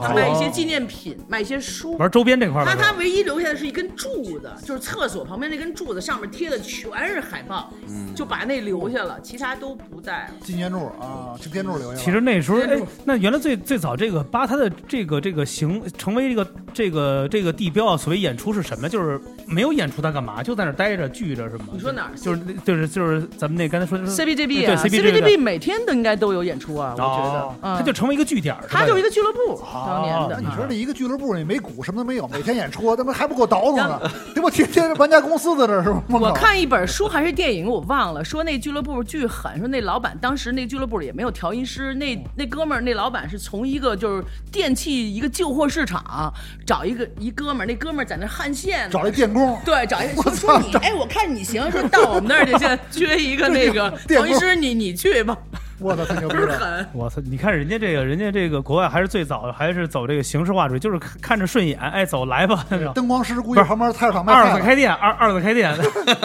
他
哦
卖一些纪念品，卖一些书。
玩周边这块儿
他
吧，
他唯一留下的是一根柱子，就是厕所旁边那根柱子，上面贴的全是海报，
嗯
就把那留下了，其他都不在
嗯
了。
纪念柱啊，纪念柱留下了。
其实那时候，哎，那原来最最早这个吧，它的这个这个行成为这个这个这个地标啊，所谓演出是什么？就是没有演出，它干嘛？就在那儿待着聚着是吗？
你说哪儿
就是那就是就是咱们那刚才说
CBGB
对
啊
CBGB
，CBGB 每天都应该都有演出啊，我觉
哦
得，，嗯
它就成为一个据点儿，
它就是一
个
个俱乐部，当年
那
的
你
啊
说这一个俱乐部也没鼓，什么都没有，每天演出，他妈还不给我倒腾 呢，这不天天玩家公司在这儿是吗？
我看一本书还是电影，我忘了，说那俱乐部巨狠，说那老板当时那俱乐部里也没有调音师，那那哥们儿那老板是从一个就是电器一个旧货市场找一个一哥们儿，那哥们儿在那焊线呢，
找一电工，
对，找一
我
说
操
说你
找
哎，我看你行，说到哎我们那儿去， 现在缺一个那个
电
调
工
音师，你你去吧，
我操，太牛逼
倍儿
了！
狠。
我操！你看人家这个，人家这个国外还是最早的，还是走这个形式化主义，就是看看着顺眼，哎，走来吧。那种
灯光师估
不
计
是
旁边菜市场卖
二
菜
次
呢
开店，二二次开 店，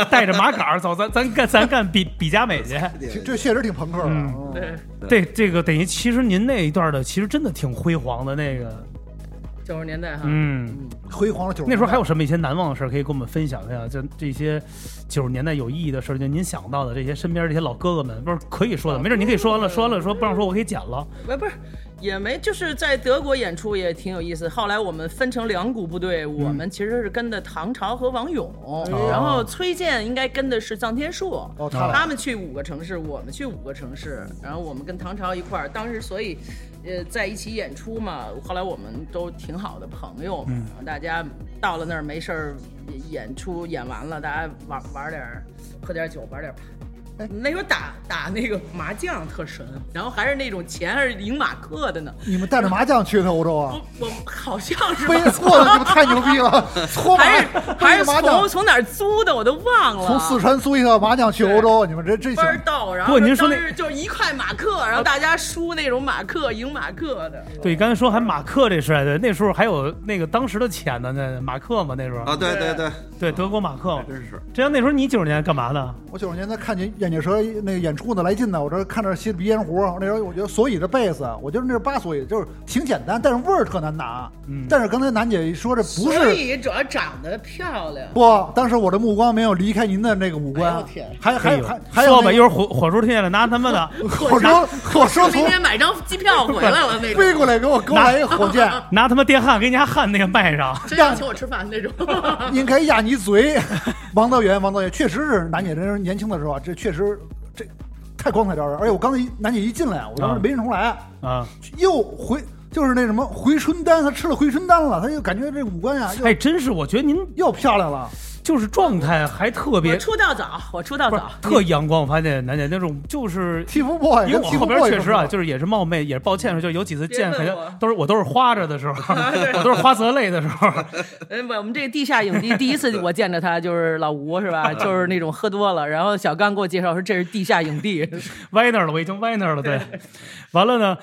带着马杆儿走，咱咱干咱干比比加美去。
这这确实挺朋克的。
嗯
嗯
对，
对，这个等于其实您那一段的，其实真的挺辉煌的那个，
九十年代哈，
嗯，
辉煌了九十
那时候还有
有
什么一些难忘的事儿可以跟我们分享一下？就这些九十年代有意义的事儿，就您想到的这些身边这些老哥哥们，不是可以说的，没事儿您可以说完了，说完了说不让说我可以剪了。
不不是，也没，就是在德国演出也挺有意思。后来我们分成两股部队，我
嗯
们其实是跟的唐朝和王勇，然后崔健应该跟的是臧天朔。
哎哦他俩
他们去五个城市，我们去五个城市，然后我们跟唐朝一块儿，当时所以，呃，在一起演出嘛。后来我们都挺好的朋友，嗯、大家到了那儿没事儿演出演完了，大家玩玩点儿，喝点儿酒，玩点儿牌。那时候打打那个麻将特神，然后还是那种钱还是零马克的呢。
你们带着麻将去的欧洲啊
我？我好像是吧
背错了，你们太牛逼了！搓麻
还是还
背着
是
麻
从啊
将，
从哪儿租的我都忘了。
从四川租一套麻将去欧洲，你们这这
倍儿
行。
逗，然
不
后
过您说
当
那
时就是一块马克，然后大家输那种马克赢马克的。
对，刚才说还马克这事儿，对，那时候还有那个当时的钱呢，那马克嘛，那时候
啊，对对对，
对，德国马克嘛。
真是
这样那时候你九十年干嘛呢？
我九十年代看见眼镜蛇那个演出呢，来劲呢，我这看着吸着鼻烟壶。那时候我觉得所以这贝斯，我觉得那是八所以，就是挺简单，但是味儿特难拿。啊但是刚才楠姐一说这不
嗯所
是
以主要长得漂亮。
不，当时我的目光没有离开您的那个五官，
哎呦天
还还还还
说
有
吧，
那
一
个
会儿火火叔听见了，拿他们的
火车火 车
明
从
天买张机票回来了那
飞
种，
过来给我勾来一火箭，
拿他妈电焊给你家焊那个麦上。
真想请我吃饭那种。
应该压你嘴。王道元，王道元，确实是楠姐这人年轻的时候啊，这确实这太光彩照人。而且哎我刚才一楠姐一进来，我当时没认出来，
啊，
又回就是那什么
哎
回春丹，她吃了回春丹了，她就感觉这五官呀、又
哎，真是，我觉得您
又漂亮了。
就是状态还特
我
别，
出道早，我出道
不是
早，
特阳光。我发现楠姐那种就是。
，Tiff Boy，
因为
跟
我
Tiff
后边
Boy
确实啊，
更
就是也是冒昧，也是抱歉的时候，就是有几次见，
别
好
问我啊
像都是我都是花着的时候， 我都是花泽类的时候，
呃，我我们这个地下影帝第一次我见着他就是老吴是 吧？就是那种喝多了，然后小刚给我介绍说这是地下影 帝，
歪那儿了，我已经歪那儿了。对，完了呢，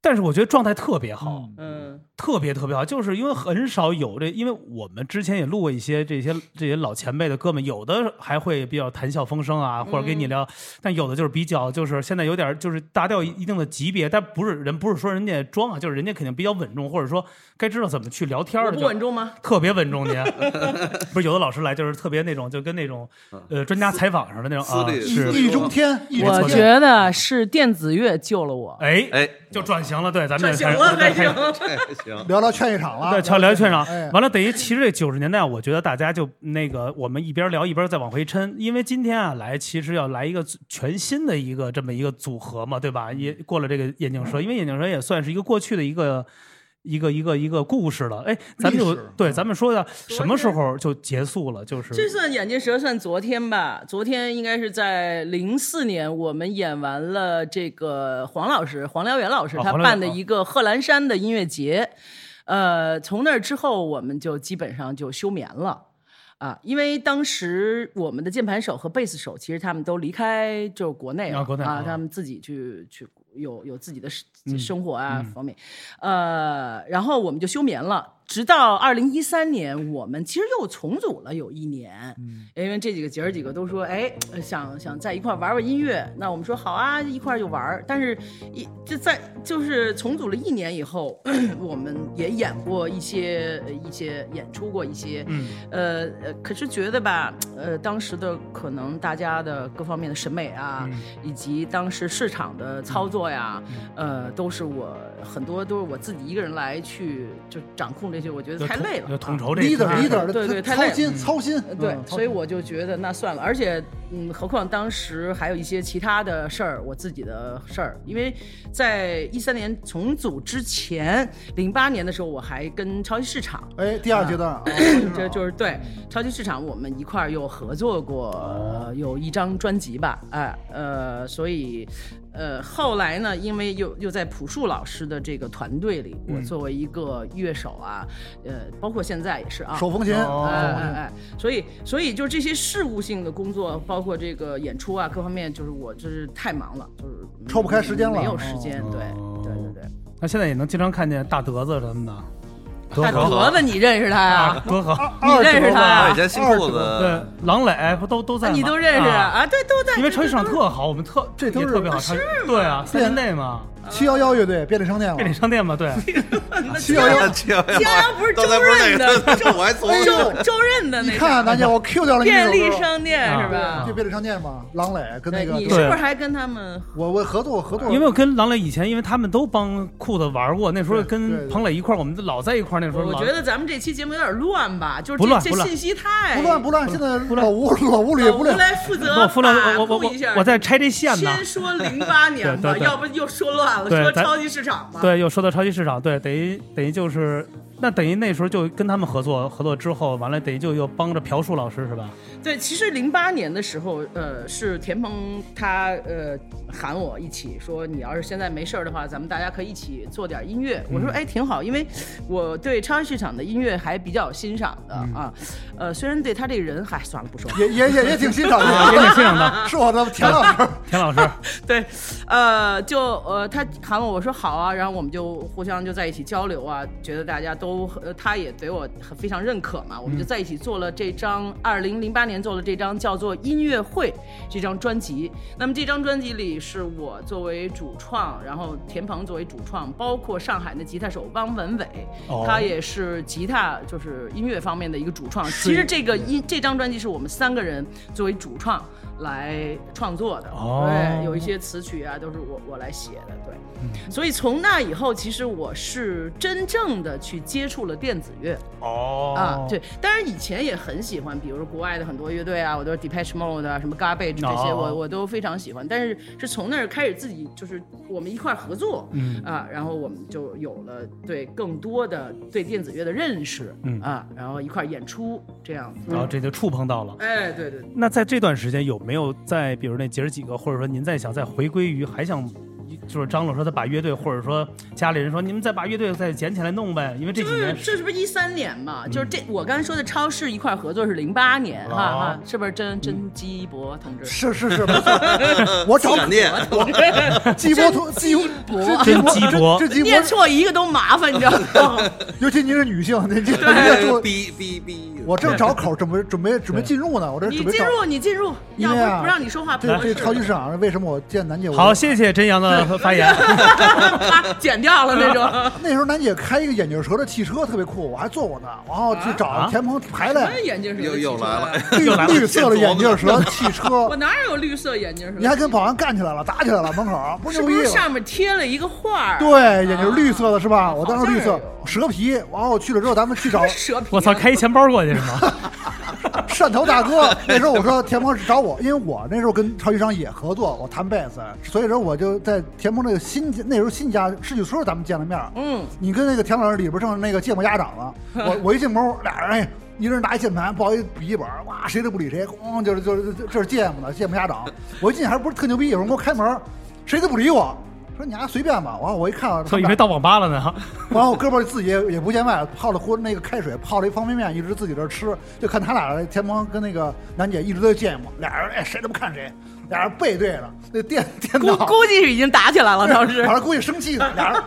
但是我觉得状态特别好，
嗯，
特别特别好，就是因为很少有这，因为我们之前也录过一些这些这些老前辈的哥们，有的还会比较谈笑风生啊，或者
嗯
跟你聊，但有的就是比较就是现在有点就是达到一定的级别，但不是人不是说人家装啊，就是人家肯定比较稳重，或者说该知道怎么去聊天
我
了，
不
就
稳重吗？
特别稳重您。 不是有的老师来就是特别那种，就跟那种呃专家采访似的那
嗯
种
私
啊，
立
不
是
错易中天，易中
没
我
错
天，
觉得是电子乐救了我。
哎
哎，
就转型了，对，咱们
转
也
型
开始对
了
开
还行
始，
这行，
聊聊劝一场了，
对，乔聊劝上
啊哎，
完了等于其实这九十年代啊，我觉得大家就那个，我们一边聊一边再往回抻，因为今天啊来其实要来一个全新的一个这么一个组合嘛，对吧？
嗯
也过了这个眼镜蛇，因为眼镜蛇也算是一个过去的一个一个一个一个故事了。哎，咱们
历
就
史嗯
对，咱们说一下什么时候就结束了，就是
这算眼镜蛇算昨天吧？昨天应该是在零四年，我们演完了这个黄老师黄燎原老师
啊
他
黄燎原
办的一个贺兰山的音乐节，呃，从那儿之后我们就基本上就休眠了。啊，因为当时我们的键盘手和贝斯手，其实他们都离开就是国内了
啊国内啊嗯
他们自己去去有有自己的生生活啊、方面，呃，然后我们就休眠了，直到二零一三年，我们其实又重组了有一年，
嗯
因为这几个姐儿几个都说，哎，想想在一块儿玩玩音乐，那我们说好啊，一块儿就玩儿。但是一就在就是重组了一年以后，我们也演过一些呃一些演出过一些，
嗯
呃呃，可是觉得吧，呃，当时的可能大家的各方面的审美啊，
嗯
以及当时市场的操作呀，
嗯
呃，都是我很多都是我自己一个人来去就掌控这些，我觉
就
得太
统
累了
就
啊。
统筹这个
leader leader
对对太
操
累了
心操心，
对，
嗯
所以我就觉得那算了，而且，嗯，何况当时还有一些其他的事儿，我自己的事儿，因为在一三年重组之前，零八年的时候，我还跟超级市场，
哎，第二阶段 啊，
这就是对超级市场，我们一块儿又合作过、呃有一张专辑吧，哎、呃，所以呃后来呢，因为又又在朴树老师的这个团队里，我作为一个乐手啊，呃，包括现在也是啊，
手风琴，
哦
哎哎哎，所以所以就是这些事务性的工作，包括这个演出啊，各方面，就是我就是太忙了，就是
抽不开时间了
没有时
哦
间，对对对对。
那现在也能经常看见大德子什么的，德
大
和
德子，哦你认识他
啊
呀？
德和，
你认识他
啊，以
呀？
前新裤子
对，郎磊不都都在
啊
吗？
你都认识
啊
啊？对，都在。
因为超级市场
都
特好，我们特
这都
也
是
特别好，超对啊，三年内嘛，
七幺幺乐队便利商店
便利
了，
商店嘛，对，
七幺幺，
这样
江哎阳不是
哎刚才不是
周润
那
的
个，这 我还琢磨
周周润的
你
那
看
个
大姐，我 Q 掉了你那
便
首
利
歌
商店
啊
是吧
就？便利商店嘛，郎磊跟那
对，
个
你是
对
不是还跟他们
我我合作我合作，
因为我跟郎磊以前，因为他们都帮裤子玩过，那时候
对对
跟
对
彭磊一块儿，我们老在一块儿。那时候
我
老
觉得咱们这期节目有点乱吧，就是
不乱
这
不
这
乱
信息太
不乱不乱，现在
不乱
老吴老吴捋
老
不
吴
了，
来负责
那我夫亮，我我
把
我
控一下
我在拆这线呢。
先说零八年吧，
对对对
要不又说乱了，
对
说
咱
超级市场吧。
对，又说到超级市场，对，等于等于就是，那等于那时候就跟他们合作，合作之后，完了等于就又帮着朴树老师是吧？
对，其实零八年的时候，呃，是田鹏他呃喊我一起说，你要是现在没事儿的话，咱们大家可以一起做点音乐。
嗯
我说哎挺好，因为我对超级市场的音乐还比较欣赏的、
嗯
啊，呃，虽然对他这个人还算了不说，
也也也也挺欣赏
啊，也
的，
挺欣赏 的，
是我的田老师，
田老师，
对，呃，就呃，他喊我，我说好啊，然后我们就互相就在一起交流啊，觉得大家都，呃、他也对我很非常认可嘛，我们
嗯
就在一起做了这张二零零八年做了这张叫做《音乐会》这张专辑。那么这张专辑里是我作为主创，然后田鹏作为主创，包括上海的吉他手汪文伟，
哦
他也是吉他就是音乐方面的一个主创。
是
其实这个音这张专辑是我们三个人作为主创来创作的。
哦嗯
对，有一些词曲啊都是我我来写的，对。所以从那以后，其实我是真正的去接接触了电子乐。
哦
啊，对，当然以前也很喜欢，比如说国外的很多乐队啊，我都是 Depeche Mode 啊，什么 Garbage 这些，
哦
我我都非常喜欢。但是是从那儿开始自己就是我们一块儿合作，嗯啊，然后我们就有了对更多的对电子乐的认识，嗯啊，然后一块儿演出这样子。
然后这就触碰到了。
哎，对对对
那在这段时间有没有在，比如那姐儿几个，或者说您再想再回归于还想，就是张老说他把乐队，或者说家里人说你们再把乐队再捡起来弄呗，因为这几
就是
年
这是不是一三年嘛？就是这我刚才说的超市一块儿合作是零八年，哈
哦
哈，是不是真真鸡博同志？
是是是，没错，我找
鸡感店，
鸡脖同鸡
鸡脖
真鸡脖
这鸡脖
念，错一个都麻烦，你知道吗？
尤其您是女性，您这越说，
逼逼逼，
我正找口，准备准备准备进入呢，我这
你
准备
进
找。
入，你进入，
因
要
为
不
啊
不让你说话不
这
合
这
适。
超级市场，为什么我见楠姐？我
好，谢谢真阳的发言。
啪，剪掉了那种。
那时候楠姐开一个眼镜蛇的汽车特别酷，我还坐过呢，然后去找
啊
前棚排
什么
来
眼镜蛇？
又又来了。
绿
又来了
绿色的眼镜蛇汽车
我，哪有绿色眼镜蛇？
你还跟保安干起来了，打起来了，门口不是
是
牛
不
逼
是
吗？
上面贴了一个画儿？
对，眼镜绿色的是吧？我当时绿
好
色
像有
蛇皮，然后我去了之后，咱们去找
蛇皮。
我操，开一钱包过去是 吗？
汕头大哥。那时候我说田鹏找我，因为我那时候跟超级商也合作，我弹贝斯，所以说我就在田鹏那个新那时候新家世纪村咱们见了面。
嗯，
你跟那个田老师里边正那个芥末鸭掌了，我我一进门，俩人哎，一人拿一键盘，抱一笔记本，哇，谁都不理谁，咣就是就是这是芥末的芥末鸭掌。我一进还不是特牛逼，有人给我开门，谁都不理我，说你丫随便吧。完了我一看，
我以为到网吧了呢。
完了，我哥们儿自己也也不见外，泡了锅那个开水，泡了一方便面，一直自己这儿吃。就看他俩，田鹏跟那个楠姐一直在见我，俩人哎谁都不看谁，俩人背对着，那电电
估
脑，
估计是已经打起来了，当时
俩。人估计生气呢。俩人，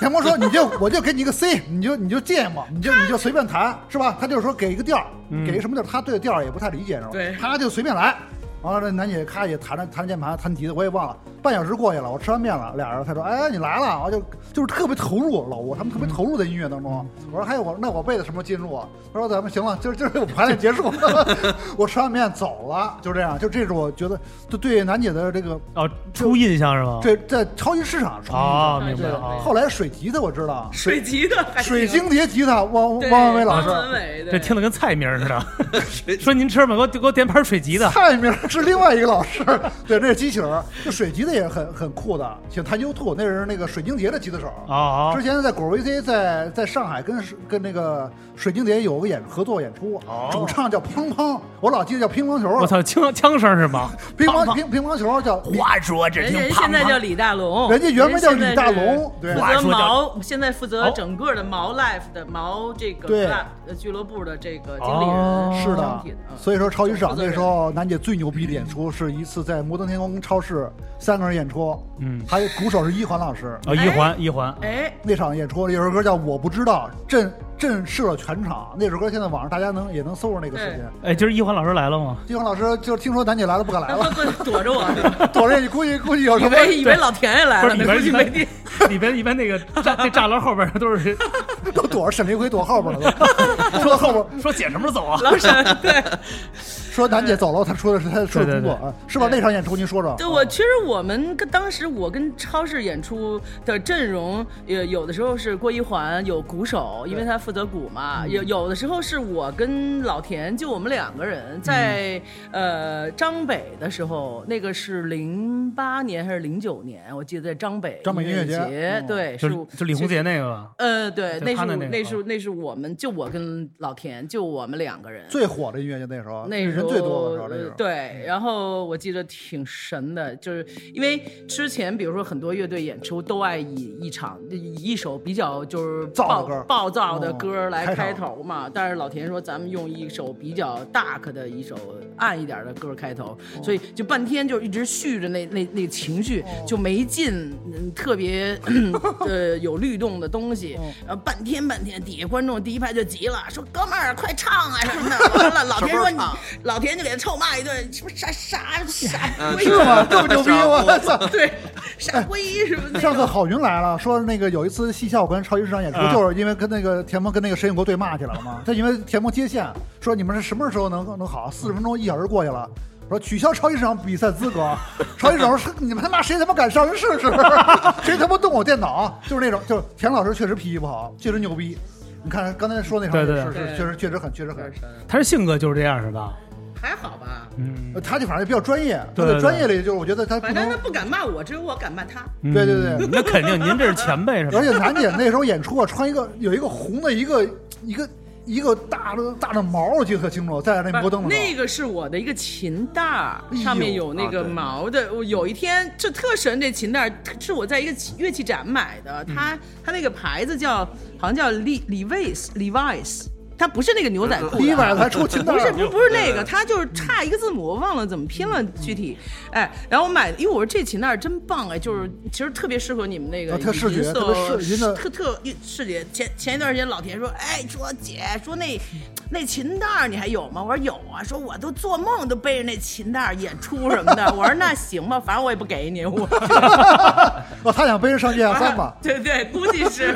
田鹏说你就我就给你一个 C，你就你就芥末，你就你就随便弹是吧？他就是说给一个调儿，给一个什么调儿，他对调儿也不太理解是吧？
对
他就随便来。完了，这楠姐咔也弹着弹着键盘，弹笛子，我也忘了。半小时过去了，我吃完面了，俩人他说：“哎，你来了。”我就就是特别投入，老吴他们特别投入在音乐当中。啊我说：“还有我那我背的什么时候进入啊？”他说：“咱们行了，今儿今儿我排练结束。” 我吃完面走了，就这样。就这是我觉得，就对楠姐的这个
哦，初印象是吗？
这在超级市场冲击
哦，
对
啊明白
对
了。
对
哦
后来水吉他我知道，
水吉的还行，
水晶碟吉他汪
对
汪文伟老
汪文
师，
伟对
这听得跟菜名儿似的。 说您吃吧，给我给我点盘水吉的。
蔡明是另外一个老师， 对，这是机器人儿，这水吉他也很很酷的，请弹 U t 那是那个水晶碟的吉他手。
哦
之前在果儿 VC 在在上海跟跟那个水晶碟有个演合作演出，
哦
主唱叫砰砰，我老记得叫乒乓球，
我操，枪枪声是吗？
乒乓乒乒乓球叫，
话说这
人家现在叫李大龙，
啊人家原名叫
人家
李大龙
现在
对
哇
是负责
说叫
毛，现在负责
哦
整个的毛 life 的毛这个
对
club，呃俱乐部的这个经理
哦
人，
是
整
的
体，嗯
所以说超级市场
负责
那
人
时候楠姐最牛逼的演出是一次在摩登天空超市三个人演出，
嗯
还有鼓手是一环老师，
啊，一环一环，
哎，
那场演出有首歌叫《我不知道》，震震慑了全场。那首歌现在网上大家能也能搜着那个视频
对。
哎，今儿一环老师来了吗？
金黄老师就是听说楠姐来了不敢来
他 们
了，
会 躲着我，
躲着你估计估计有
以
什么
为以为老田也来
不
了，
是里
那
边
估
一
计没地。
般里边一般那个栅那栅栏后边都是
都躲着沈凌辉躲后边了 都，说后边
说姐什么时候走啊？
老沈，对，
说楠姐走了，他说的是他说的
对对
工作
对
啊，是吧？
对
那场演出您说说，
对我其实我们跟当时我跟超市演出的阵容，有有的时候是郭一环有鼓手，因为他负责鼓
嗯
嘛，有有的时候是我跟老田，就我们两个
嗯
人在、呃张北的时候，那个是零八年还是零九年，我记得在张北
张北音
音
乐
节，
节嗯
对，
哦就是就李
其
红
实
杰那个吧。
呃，对，
就
那
他
是
的
我
那个
那
啊
是那是我们就我跟老田就我们两个人
最火的音乐节那时候，
那时
人
候
最多的时候，那
呃
时候。
对，然后我记得挺神的，就是因为之前比如说很多乐队演出都爱以一场以一首比较就是
燥的
暴
歌儿
暴躁的
嗯
歌来
开
开
场
头嘛，但是老田说咱们用一首比较 dark 的一首暗一点的歌开头，所以就半天就一直续着那那那情绪就没劲，嗯特别呃有律动的东西，然后半天半天底下观众第一排就急了，说哥们儿快唱啊什么的，完了老田说你老田就给他臭骂一顿，什么傻傻傻
嗯
龟
是啊吗？这么牛 逼，我操！
对，傻龟什么 那
上次
种。
郝云来了，说那个有一次戏校我跟超级市场演出，
啊
就是因为跟那个田鹏跟那个沈永国对骂起来了嘛。他因为田鹏接线说你们是什么时候能能好？四十分钟一小时过去了。说取消超级市场比赛资 格，超级市场说你们他妈谁他妈敢上人 试试？谁他妈动我电脑？就是那种，就是田老师确实脾气不好，确实牛逼。你看刚才说那场
对
也
对
是，
对
是确实确实很确实很，
他是性格就是这样是吧？
还好吧，
嗯
呃他就反正比较专业，
对
他在
对
专业里就是我觉得他不
反正他
能，
不敢骂我，只有我敢骂他。
嗯
对对对
那肯定，您这是前辈是吧
而？且楠姐那时候演出啊，穿一个有一个红的一个一个一个大的大的毛，我记得特清楚，在那摩登的时候
那个是我的一个琴带儿
哎呦，
上面有那
啊
个
对
毛的。我有一天就特神，这琴带儿是我在一个乐器展买的，
嗯
它它那个牌子叫好像叫 Le Levi's Levi's，它不是那个牛仔裤
第一
啊。
晚还呃出琴带
不是
儿，
不是不是
对
那
对
个，它就是差一个字母，我忘了怎么拼了具体。哎，然后我买，因为我说这琴带儿真棒哎，就是其实特别适合你们那个
啊特视觉
银色
特别视银的
特特视觉。前前一段时间老田说，哎，说姐说那那琴带儿你还有吗？我说有啊，说我都做梦都背着那琴带儿演出什么的。我说那行吧，反正我也不给 你，我，
哦，他想背着上剑三嘛
对对，估计是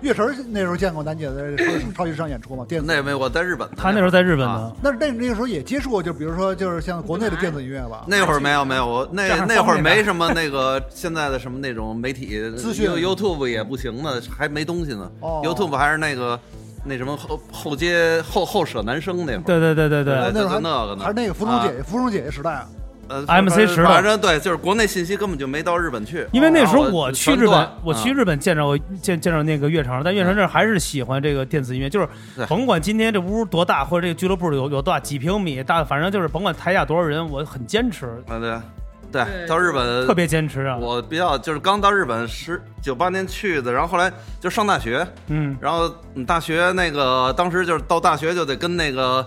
月神儿那时候见过楠姐在超级市场演出嘛，电子
那也没有，我在日本的，
他那时候在日本
啊
呢，
那那那个时候也接触过，就比如说就是像国内的电子音乐吧，
那会儿没有没有，我
啊这
那
样
那会儿
方便点
没什么那个现在的什么那种媒 体
资讯
You-，YouTube 也不行呢，还没东西呢。
哦
YouTube 还是那个那什么后后街后后舍男生那会儿。
对对对对
啊
对，
那时候
就那个
还
呢
还是那个芙蓉姐姐，芙蓉姐姐时代啊，
呃
MC 时代
反正对，就是国内信息根本就没到日本去。哦
因为那时候
然后
我
就
去
全
日本
断，
我去
啊
日本见着我见见着那个乐城，但乐城这儿还是喜欢这个电子音乐，就是
对
甭管今天这屋多大，或者这个俱乐部有有多大几平米大，反正就是甭管台下多少人，我很坚持，
啊对对，
对
到日本
特别坚持啊。
我比较就是刚到日本十九八年去的，然后后来就上大学，
嗯，
然后嗯大学那个当时就是到大学就得跟那个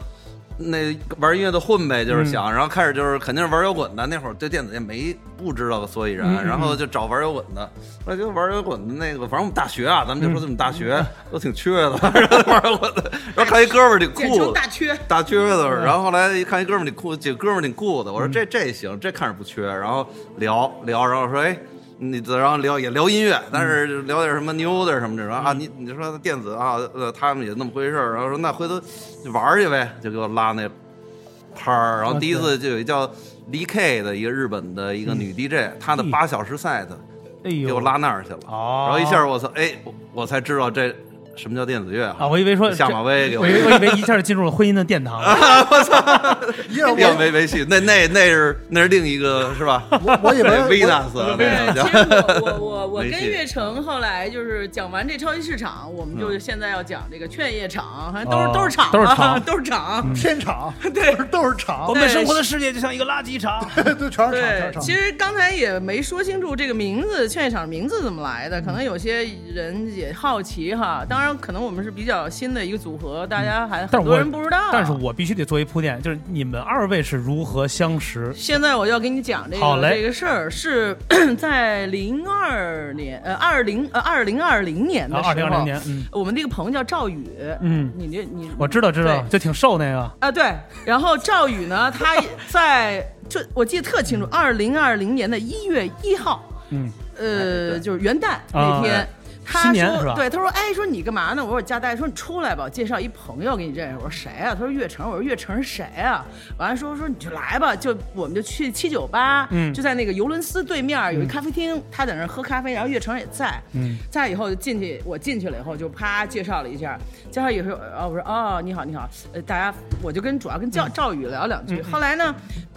那玩音乐的混呗，
嗯
就是想，然后开始就是肯定是玩摇滚的，那会儿对电子也没不知道个所以然，
嗯嗯
然后就找玩摇滚的，后来就玩摇滚的那个，反正我们大学啊，咱们就说我们大学、
嗯
都挺缺的， 玩摇滚的，然后看一哥们儿挺
简
酷
称
的
大。缺。
大撅子，
嗯
然后后来一看一哥们儿挺酷，这哥们儿挺酷的，我说这这行，这看着不缺，然后聊聊，然后说哎。你然后聊也聊音乐，但是
嗯
就聊点什么 new 的什么这种啊，你你说电子啊，呃，他们也那么回事儿，然后说那回头就玩儿去呗，就给我拉那拍儿，然后第一次就有一叫 D K 的一个日本的
嗯
一个女 DJ，她的八小时赛的
哎
给
呦
我，拉那儿去了，
哦
然后一下我操，哎，我我才知道这什么叫电子乐
啊，我以为说
下马威给
这
我
我以为我以为一下就进入了婚姻的殿堂，
一样
要
我
没没戏，那那那是那是另一个是吧？
我以为
那
我
Venus 啊
对，
那
其
叫
实我我 我我
没
跟
戏
岳成后来就是讲完这超级市场，我们
嗯
就是现在要讲这个劝业场，反正都是
哦
都是场啊，
都是场嗯
都是
嗯
场。
天场，
对
都是都是场
我，们生活的世界就像一个垃圾 场。
对，全是场，
对
全是，场
其。实刚才也没说清楚这个名字，劝业场名字怎么来
嗯
的，可能有些人也好奇哈。当然，可能我们是比较新的一个组合，大家还
嗯但
很
是
多
我
人不知道。啊
但是我必须得做一铺垫，就是你们二位是如何相识？
现在我要跟你讲这
好
个
嘞
这个事儿，是 在零二年，呃，二零呃二零二零年的
啊，
时候，
二零二零年，嗯
我们那个朋友叫赵宇，
嗯，
你这你
我知道知道，
对
就挺瘦那个，
啊，对。然后赵宇呢，他在就我记得特清楚，二零二零年的一月一号，
嗯，
呃，
对
就是元旦那天。他
新年是吧
说：“对，他说，哎，说你干嘛呢？我说我家待。说你出来吧，我介绍一朋友给你认识。我说谁啊？他说岳成。我说岳成是谁啊？完了说说你就来吧，就我们就去七九八，
嗯
就在那个尤伦斯对面有一咖啡厅，他在那儿喝咖啡，然后岳成也在，
嗯，
再以后就进去，我进去了以后就啪介绍了一下，介绍以后，啊，我说哦，你好，你好，呃，大家我就跟主要跟
嗯
赵、赵宇聊两句。后来呢，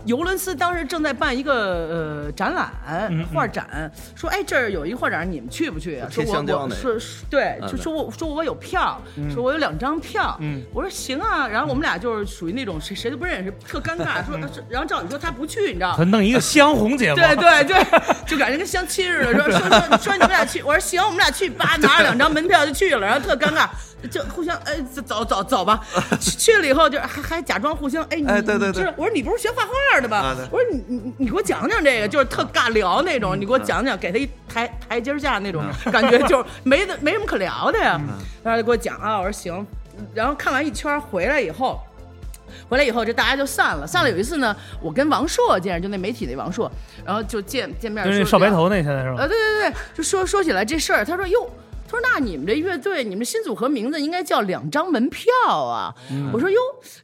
尤伦斯当时正在办一个呃展览、
嗯
画展，说哎这儿有一画展，你们去不去啊？说
贴
我
香蕉那
我
个
说说对，
嗯
就说我说我有票，说我有两张票，
嗯
我说行啊，然后我们俩就是属于那种谁谁都不认识，特尴 尬，说，啊是然后赵宇说他不去，你知道吗
他。弄一个香红 节目，
对对对， 就感觉跟相亲似的，说说说说你们俩去，我说行，我们俩去，叭拿着两张门票就去了，然后特尴尬，就互相哎走走走走吧，去去了以后就还还假装互相哎你
哎对对
你知道我说你不是学画画的
啊
吧
对？
我说你你你给我讲讲这个，就是特尬聊那种，
嗯
你给我讲讲，给他一台台阶下那种感觉，就是没得没什么可聊的呀，
嗯
然后就给我讲啊，我说行，然后看完一圈回来以后。回来以后，这大家就散了。散了有一次呢，我跟王朔见着，就那媒体那王朔，然后就见见面
就是
说
那少白头那现在是吧
呃呃，？对对对，就说说起来这事儿，他说哟，他说那你们这乐队，你们新组合名字应该叫两张门票啊。
嗯
我说哟，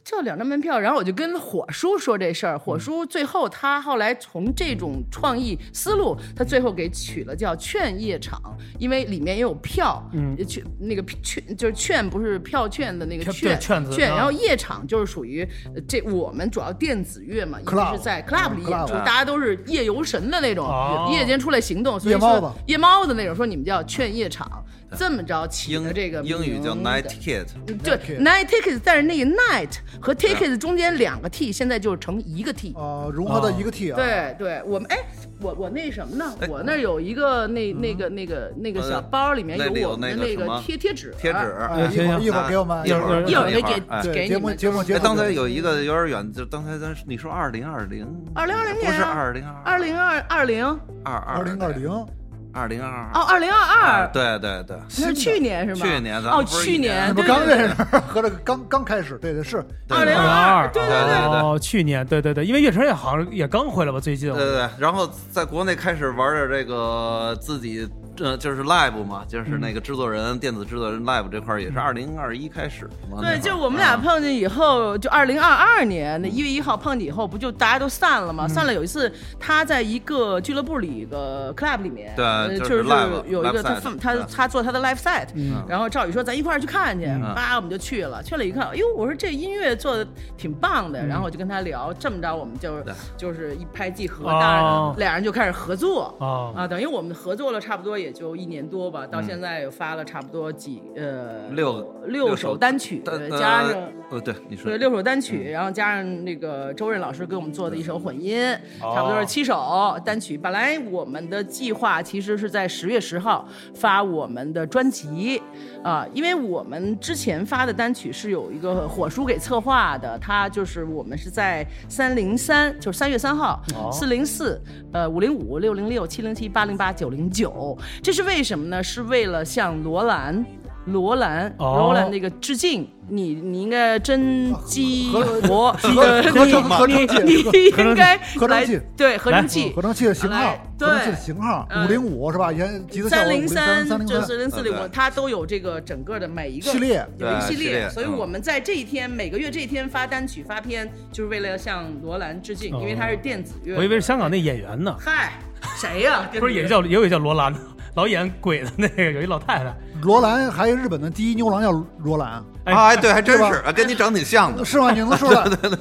叫两张门票。然后我就跟火叔说这事儿，火
嗯
叔最后他后来从这种创意思路，他最后给取了叫劝夜场，因为里面也有票，嗯，劝那个劝就是劝不是票券的那个
券
券
对券子啊
然后夜场就是属于呃这我们主要电子乐嘛，一直
Club
是在 club 里演出，
club
大家都是夜游神的那种
嗯啊哦，
夜间出来行动，所以
夜猫子
说夜猫子那种，说你们叫劝夜场，这么着起
英
的这个
英语叫
名的
night ticket，
就 night tickets，但是那个 night 和 tickets 中间两个 t，现在就成一个
哦
t。
呃，融合的一个 T 啊，，
对对，我们哎，我我那什么呢
哎？嗯
我那儿有一个那那个那个那个小
呃
包，里面
那里有
我们
那
的
个
那
什么
个贴贴纸，
贴纸。
哎，一
行
会儿
行
一会儿给我们，
一会儿
一会儿
一
给
会儿哎
给
对
给
节
你
目
们。
节目结
哎，
束。
刚才有一个有点远，就刚才咱你说二零二零，
2020年啊
不是二零二
二零二二零哦，
二
二零二
哎
零，
二零二二
二零二二，
啊对对对，
那是去年是吗？
去年咱
哦，
们不是一
去
年
你们
年对
刚
对对
认识， 合着刚刚开始，对对是，
对
二零
二
二
零二，
对
对对对
哦，去年，对对对，因为乐城也好像也刚回来吧，最近，
对
呃
对对，然后在国内开始玩点这个自己，呃，就是 live 嘛，就是那个制作人、电子制作人 live 这块儿也是二零二一开始嘛。哦那会儿
对，就我们俩
嗯
碰见以后，就二零二二年那一月一号碰见以后，不就大家都散
嗯
了吗？散了有一次，他在一个俱乐部里一个 club 里面，
对
呃
就是
就是
live-
有一
live
个他
set，
放他
对
他做他的 live set，
嗯
然后赵宇说咱一块儿去看去，
嗯
叭我们就去了，去了一看，哎呦，我说这音乐做的挺棒的，然后我就跟他聊，这么着我们就
嗯对
就是一拍即合，
哦
当然俩人就开始合作
哦
啊，等于我们合作了差不多也就一年多吧，
嗯
到现在发了差不多几呃
六
六首单曲
单呃
加上。
呃，对你说
对，六首单曲，然后加上那个周润老师给我们做的一首混音，
哦
差不多是七首单曲。本来我们的计划其实是在十月十号发我们的专辑啊、因为我们之前发的单曲是有一个火叔给策划的，他就是我们是在三零三，就是三月三号
哦，
四零四，呃，五零五、六零六、七零七、八零八、九零九，这是为什么呢？是为了向罗兰。罗兰，
哦
罗兰那个致敬，你你应该真激活，
合合成合成
你
器
你你
合成器
应该
合成
来
器
对合成器
合成器的型号
来，
合
对
成器的型号
嗯
五零五是吧？原吉他效
三
果五
零
零三三零啊
就是零四零
对
五，它都有这个整个的每一个
系列
有一
对
系
系列
列，所以
嗯
我们在这一天每个月这一天发单曲发片，就是为了向罗兰致
哦
敬，因为他是电子乐。
我以为是香港那演员呢，
嗨，谁 呀？
不是也叫也有一叫罗兰的，老演鬼的那个，有一老太太，
罗兰，还有日本的第一牛郎叫罗兰，
哎
啊，哎，对，还真
是吧
是，啊跟你长挺像的，哎
是吗？你能说出 来？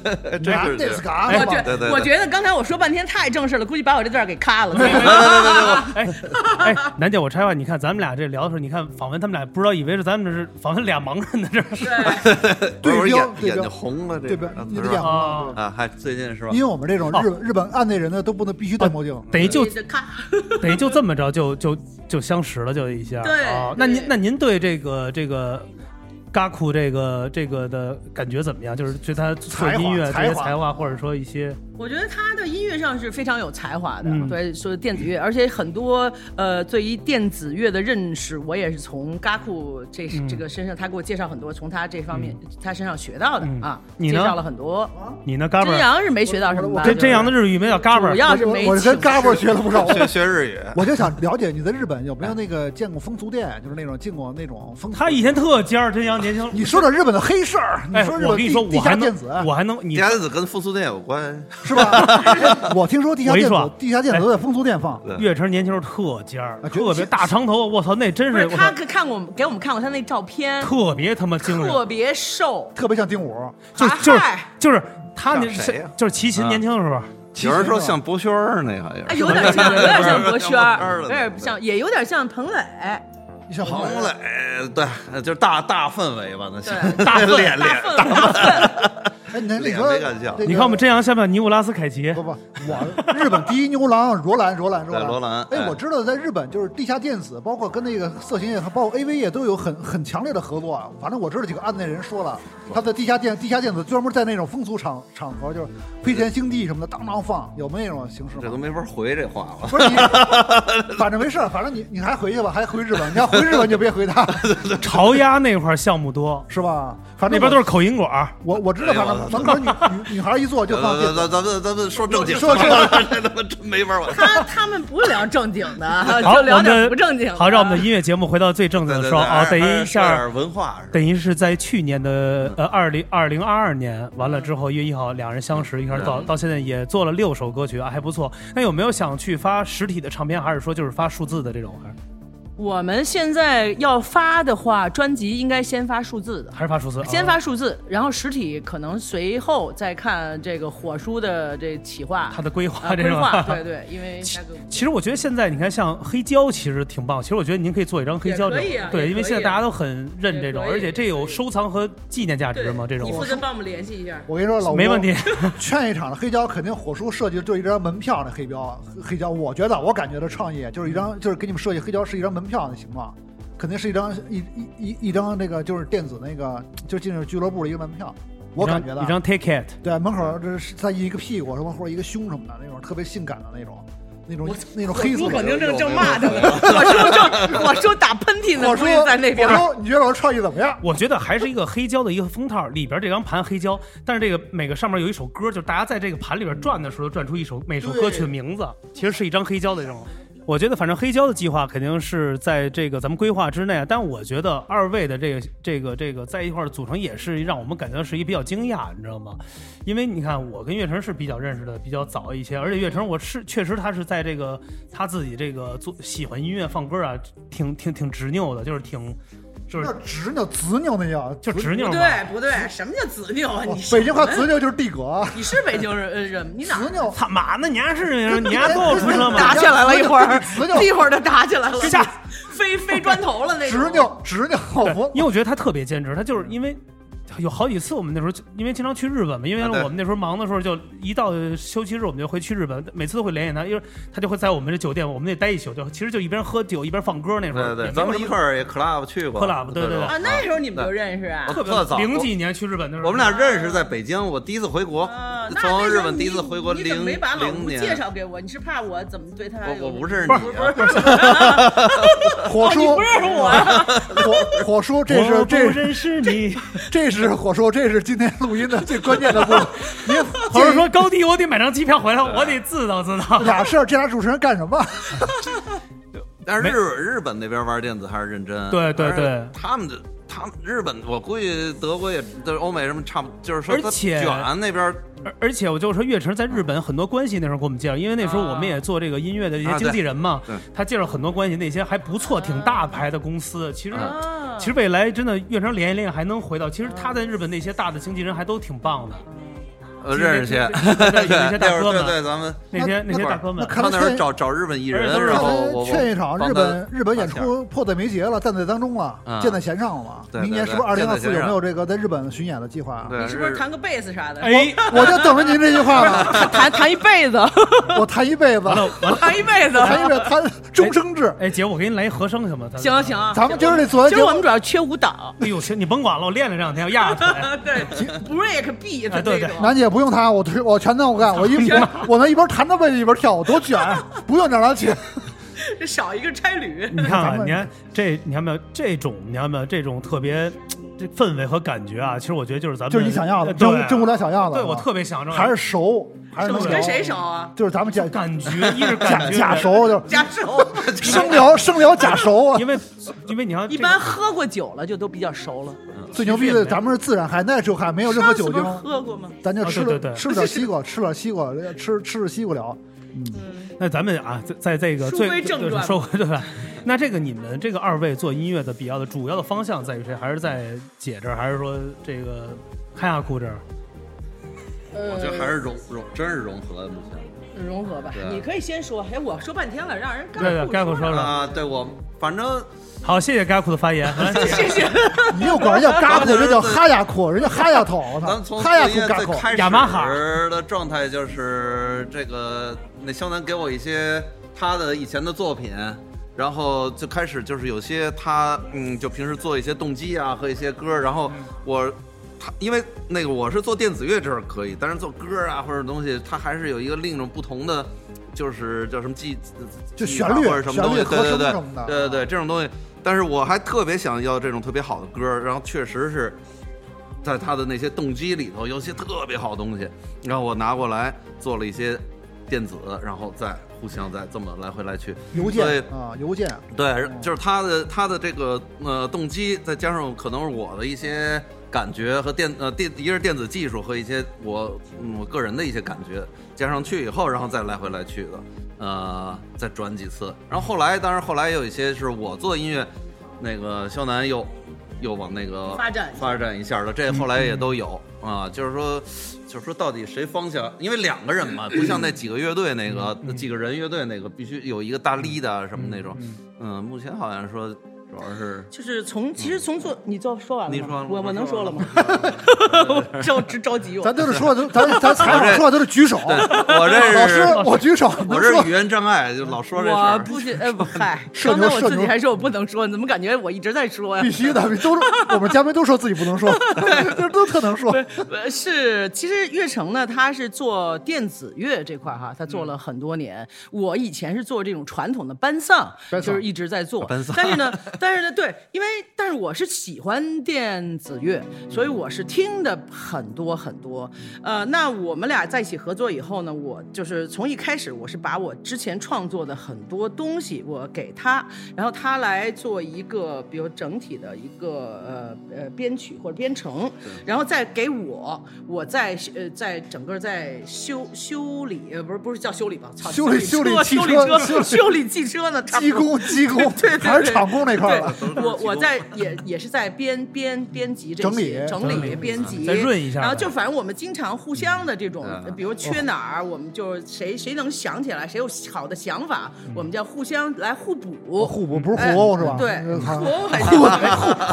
真是这
那
样
是。嘎
我
是吧？
对对
觉我觉得刚才我说半天太正式了，估计把我这段给 咔了。
别别别别别！
哎哎，楠姐，我插话，你看咱们俩这聊的时候，你看访问他们俩，不知道以为是咱们这是访问俩盲人的这是。
对，
对
我
标
眼
对
眼
标
睛红了，这
对吧？你的眼
啊
光
啊
对吧，
啊，还最近是吧
因？为我们这种日本日本案内人呢，都不能必须戴墨镜。
等于就
这咔。
等于就这么着就就就相识了，就一下。
对
哦那您
对
那您对这个这个。嘎库这个这个的感觉怎么样？就是对他做
才华
音乐这
才
些
华
才华，或者说一些
我觉得他的音乐上是非常有才华的，
嗯
对，说电子乐，而且很多呃对于电子乐的认识，我也是从嘎库这、
嗯
这个身上，他给我介绍很多，从他这方面、他身上学到的、
嗯
啊，
你
介
呢
绍了很多。
你呢？嘎巴
真
儿，
阳是没学到什么吧？
这
就是
真阳的日语名叫嘎巴儿
主。要
我
是
就
没
我就跟
请
嘎
示
巴学了不 少。
学学日 语，
我就想了解你在日本有没有那个见过风俗店，就是那种进过那种风俗。
他以前特尖儿，真阳年轻。
你说点日本的黑事儿，你
哎，
说日本
我跟你
地
说，我
地
还
下电
能
子，啊
我还能你
地下电子跟风俗店有关，
是吧？ 哎我听说地下
我跟
电
你说
子
啊
地下电子都在风俗店放，
对
岳晨年轻时候特尖儿，
啊觉得
特别大长头，我操，那真
不
是
是
我
他
操，
看我们给我们看过他那照片，
特别他妈精神
特，别瘦，
特别像丁武。
就
啊
就是
嗨
就是他那
像谁呀
就是齐秦年轻的时
啊
候，
有人说像博轩儿那个，
哎，有点像，有点像博轩儿，
有
有
点
点像，也有点像彭磊，
你像
彭
好像
磊，哎对，就是大大氛围吧，那
对，
大
粪
脸
大
脸
粪大粪，
哎，你看你
脸
说
没敢笑
这个
你看我们真阳下面尼古拉斯凯奇
不，不，我日本第一牛郎罗兰，罗兰，
对
兰，
罗兰哎
哎，我知道在日本就是地下电子，包括跟那个色情业，还包括 AV 业都有很很强烈的合作啊。反正我知道几个案内人说了，他在地下电地下电子专门在那种风俗场场合，就是飞天星地什么的，当当放，有没有那种形式
这
吗
都？没法回这话 了。
不是你，反正没事儿，反正你你还回去吧，还回日本，你要回日本就别回他，
朝鸭那块儿项目多，
是吧？反正
那边都
是
是口音馆儿，
我我知道，反正
哎
的，咱们说女女女孩一坐就放电
呃咱咱咱们咱们说正经，
说正
经， 这他妈真没法玩。
他他们不聊正经的，
好，
呃就
我
聊
们
点
的
不正经的。
好，让我们的音乐节目回到最正经
对
的
对
时候
对，
啊，
还
等
是还
一
是
下
说点文化是吧？
等于是在去年的呃二零二零二二年，完了之后一月一号两人相识，一块儿到到现在也做了六首歌曲啊，还不错。那有没有想去发实体的唱片，还是说就是发数字的这种，还是
我们现在要发的话，专辑应该先发数字的，
还是发数字？
先
啊
发数字，然后实体可能随后再看这个火叔的这企划
他的规划
啊
这
规
种。
划，对对，因为大哥
其实我觉得现在你看，像黑胶其实挺棒。其实我觉得您可以做一张黑胶这
也可以
种
啊，
对，
也
因为
可
现在
以
大
啊
家都很认这种，
也可以
而且这有收藏和纪念价值
对
嘛，这种
你负责帮我们联系一下。
我跟你说，老吴
没问题。
劝一场的黑胶，肯定火叔设计就一张门票，那黑标黑胶，我觉得我感觉的创意就是一
嗯
张，就是给你们设计黑胶是一张门票的形状，肯定是一张一一一一张那个就是电子那个就进入俱乐部的一个门票，我感觉
一
的。啊
张 ticket，
对，门口这是再印一个屁股什么或者一个胸什么的那种特别性感的那种，那种那种黑色
我
的。
定正正骂他们， 我说正，我说打喷嚏呢，
我
估
说
计在那边
我。说你觉得我创意怎么样？
我觉得还是一个黑胶的一个封套，里边这张盘黑胶，但是这个每个上面有一首歌，就大家在这个盘里边转的时候，转出一首每首歌曲的名字，其实是一张黑胶的这种。我觉得反正黑胶的计划肯定是在这个咱们规划之内，啊但我觉得二位的这个这个这个在一块儿组成也是让我们感觉是一个比较惊讶，你知道吗？因为你看我跟岳成是比较认识的比较早一些，而且岳成我是确实他是在这个他自己这个做喜欢音乐放歌啊，挺挺挺执拗的，就是挺就是
那执拗、执拗那叫
就执拗嘛。
不对不对，什么叫子拗啊？
哇
你是
北京话
什么
执拗就是地格啊，
你是北京人呃人，你哪儿
执拗
操嘛呢？你还是你还跟我出车
打
吗？
起来了一会儿
死就，
一会儿就打起来了，
下
飞飞砖头了那种。
执拗执拗，我
因为我觉得他特别坚持，他就是因为。有好几次，我们那时候就因为经常去日本嘛，因为
啊对
我们那时候忙的时候，就一到休息日我们就会去日本，每次都会联系他，因为他就会在我们这酒店，我们那待一宿，就其实就一边喝酒一边放歌那会
对
儿。
对，
也没有
咱们
什
一
么
块儿也 club 去过
club，对对对
啊，那时候你们就认识啊？
我
特别
特早
零几年去日本的时候，
我们俩认识在北京，我第一次回国
啊，那
从
那时
日
候
本
你
第一次回国
你怎么
零
没把老
零
吴介
年，
绍给我？你是怕我怎么对他有？
我我不认识
不
你啊，
火
哦你
叔
不认识我，啊
火火叔，这
我
是
不
这
认识 你。
这是火叔，这是今天录音的最关键的 部分。您
我是说高低我得买张机票回来，我得自导自导。
俩事儿，这俩主持人干什 么？
但是
没
日本日本那边玩电子还是认真，
对对
而且
对
他们的他们日本，我估计德国也都欧美什么差不，就是说
而
它
且
卷那边
而而且我就说，岳成在日本很多关系那时候给我们介绍，因为那时候我们也做这个音乐的一些
啊
经纪人嘛，
对对
他介绍很多关系，那些还不错，挺大牌的公司。其实，
啊
其实未来真的岳成联系联系还能回到，其实他在日本那些大的经纪人还都挺棒的，
呃认识些，
对对对有一些大哥
那会儿
们
对对，咱们
那些
那
些大哥们
那。看
他
来
那时
劝
候找找日本艺
而且都
人，
是
然
看
后
来
我我
劝一场
帮
日
他
本日本演
搭线儿
出迫在眉睫了，箭在当中了，
嗯
箭在弦上了嘛。
对对
明年是不是二
对
零
箭
二
在
四
弦
有
上
没有这个在日本巡演的计划啊？
对
你是不是弹个贝斯啥的？
哎，
我就等着您这句话了，
弹弹弹一辈子，
我谈一辈子，
完了完了，
弹一辈子。
谈一辈子，谈终生制。
哎姐，我给你来一和声行吗？咱
行了行，了，
咱们今儿这做完
今
节
儿
目
我们主要缺舞蹈
哎呦行，你甭管了，我练了这两天，压着 腿。
对，break beat
哎对对
这种。
楠姐不用她，我推我全能我干，我一
哎
我我能一边弹着贝斯一边跳，我多卷，不用让她去。
这少一个差旅。
你看
咱
啊，
们
你看这，你看没有这种，你看没有这种特别这氛围和感觉啊？其实我觉得就是咱们
就是你想要的
对
真真无聊想要的
对
是
我
吧
特别想要，
还是熟，还是能聊
跟谁？熟啊？
就是咱们假
感觉，一是
假
感 觉
假，熟，就是
假熟，
生聊生聊假熟啊
因。为因为你要
一般喝过酒了就都比较熟了。
最牛逼的，咱们是自然嗨，那时候嗨没有任何
上次
酒
不是
精，
喝过吗？
咱就吃了
啊对对对
吃了点西瓜，吃了西瓜，吃吃着西瓜聊。
那咱们啊，在在这个
书
最
归正传
说回对吧？那这个你们这个二位做音乐的比较的主要的方向在于谁？还是在姐这儿，还是说这个开亚库这儿？
我觉得还是融融，真是融合目前
融合吧
对，啊
你可以先说。哎，我说半天了，让人干
对对，该我
说
说
了。
说。
啊。对我，反正
好，谢谢该库的发 言。来姐
谢谢。
你又管人叫 嘎库，人叫哈亚库，人家哈亚头，我
咱们从
操，哈亚
四
库
月
嘎
最
库。
开
雅马哈
始的状态就是这个，那肖楠给我一些他的以前的作品。然后就开始就是有些他嗯，就平时做一些动机啊和一些歌，然后我他因为那个我是做电子乐这是可以，但是做歌啊或者东西，他还是有一个另一种不同的，就是叫什么技，
就
技法
旋律
或者什么东西，
旋律
对对
和声
对
什么的
对对对这种东西。但是我还特别想要这种特别好的歌，然后确实是在他的那些动机里头有些特别好的东西，然后我拿过来做了一些电子，然后再互相再这么来回来去。
邮
所以
件啊，邮件，
对，就是他的他的这个呃动机，再加上可能是我的一些感觉和电呃电，一个是电子技术和一些我嗯我个人的一些感觉加上去以后，然后再来回来去的，呃，再转几次。然后后来，当然后来也有一些是我做音乐，那个肖楠又又往那个
发展
发展一下了，这后来也都有啊，就是说。就是说，到底谁方向？因为两个人嘛，不像那几个乐队那个、几个人乐队那个，必须有一个大 leader 什么那种。嗯，目前好像说主要是
就是从其实从做你做说完了吗，
你说
我我能
说
说了
了
吗？ 着急着急我，
咱都是说，咱咱咱采访说话都是举手。啊
对我
老
这
师
是，
我举手，
我
您
这
说
是语言障碍，就老说这事
我
儿。
不觉呃不嗨，
社
刚
牛
才我
社
自己
牛
还说我不能说，你怎么感觉我一直在说呀
必？须的，都是我们嘉宾都说自己不能 说，就是都特能说。
呃，是，其实乐城呢，他是做电子乐这块儿哈，他做了很多年。我以前是做这种传统的班丧，
班
就
丧
是一直在
啊
做。
班丧
但是呢，但是呢，对，因为但是我是喜欢电子乐，所以我是听的很多很多。呃，那我们俩在一起合作以后呢，我就是从一开始，我是把我之前创作的很多东西我给他，然后他来做一个，比如整体的一个呃呃编曲或者编程，然后再给我，我再呃在整个在修修理，呃不是不是叫修理吧，操
修理
修车
修理
修
汽
理
车
车修理汽车呢，差不
机
多
工机工
对对，对
还是厂工那块儿了。
对，我我在也也是在编编编辑这
整
些
理
整
整
理
理
编辑，
再润一下
然后
呗
就反正我们经常互相的这种
嗯，
比如缺哪儿，我们就谁谁能想起来，谁有好的想法，
嗯
我们就互相来互补。
哦
哎
互补不是互殴是吧？
对，
嗯
互
好
补哦 哎还行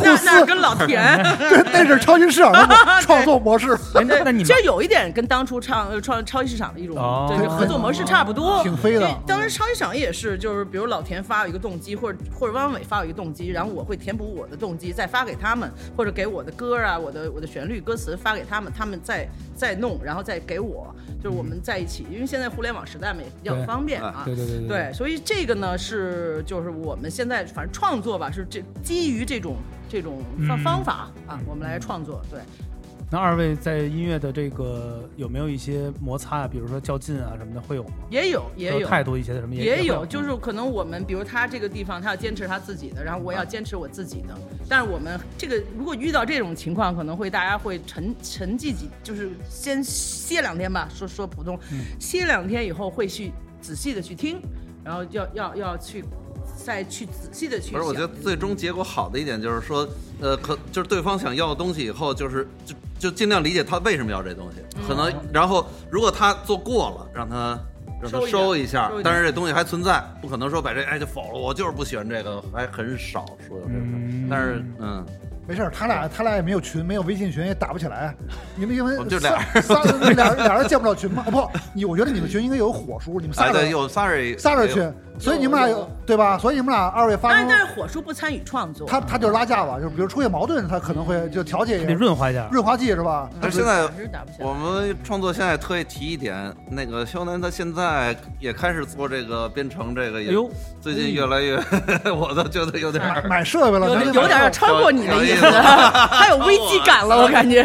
那那跟老田。
对，那是超级市场 的创作模式，
哎，那那你
其
们
实有一点跟当初唱呃创超级市场的一种
哦
对对合作模式差不多，
挺飞的
因为当时超级市场也是，就是比如老田发有一个动机，或者或者汪伟发有一个动机，然后我会填补我的动机，再发给他们，或者给我的歌啊、我的我的旋律、歌词发给他们，他们再再弄，然后再给我，就是我们在一起，因为现在互联网时代嘛，也比较
对
方便啊。
嗯对对对对
对，所以这个呢是就是我们现在反正创作吧，是这基于这种这种
嗯
方方法啊，我们来创作。对，
那二位在音乐的这个有没有一些摩擦啊？比如说较劲啊什么的，会有吗？
也有也
有
有
态度一些的什么
也
会
有，就是可能我们，比如他这个地方，他要坚持他自己的，然后我要坚持我自己的。但是我们这个如果遇到这种情况，可能会大家会沉沉寂几，就是先歇两天吧，说说普通， 歇两天以后会去仔细的去听，然后要要要去再去仔细的去
可
想。
是我觉得最终结果好的一点就是说，呃，可就是对方想要的东西以后，就是就就尽量理解他为什么要这东西。可能然后如果他做过了，让他让他
嗯收一点
收一下
收一点，
但是这东西还存在，不可能说把这哎就否了，我就是不喜欢这个，还很少说有这种。
嗯
但是嗯，
没事儿，他俩他俩也没有群，没有微信群，也打不起来。你们因为
我们就
仨
俩人
仨俩人俩人建不了群吗？啊不，你我觉得你们群应该有火叔，你们仨
哎对，
人
有仨人
仨人
也有
群，所以你们俩有对吧？所以你们俩二位发
但是
生
但是火叔不参与创作，
他他就是拉架吧，就是比如出现矛盾，他可能会就调解一
得
下
润滑一下。
润滑剂是吧？
但是现在
还是打不起来
我们创作现在特意提一点，那个肖楠他现在也开始做这个编程，这个也
哎呦嗯
最近越来越， 我都觉得有点
买
儿。
买设备了，
有
咱
点
得
有点要超过你的意思，还有危机感了，我感觉。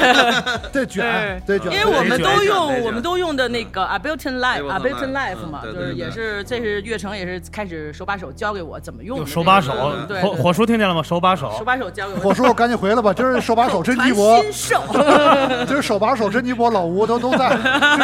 对卷对卷，
因为我们都
对对
用
对
我们都用的那个 Ableton Live
嗯 Ableton
Ableton
Live，
Live 嘛，
嗯对
就
对对
是也是这是岳成也是开始手把手教给我怎么用的
有
这个，
手把手，
对
火火叔听见了吗？手把手，
手把手教给
火
我。
叔赶紧回来吧，今儿手把 手真
传
鸡脖，
新手，
今儿手把手真鸡脖，老吴都都 在，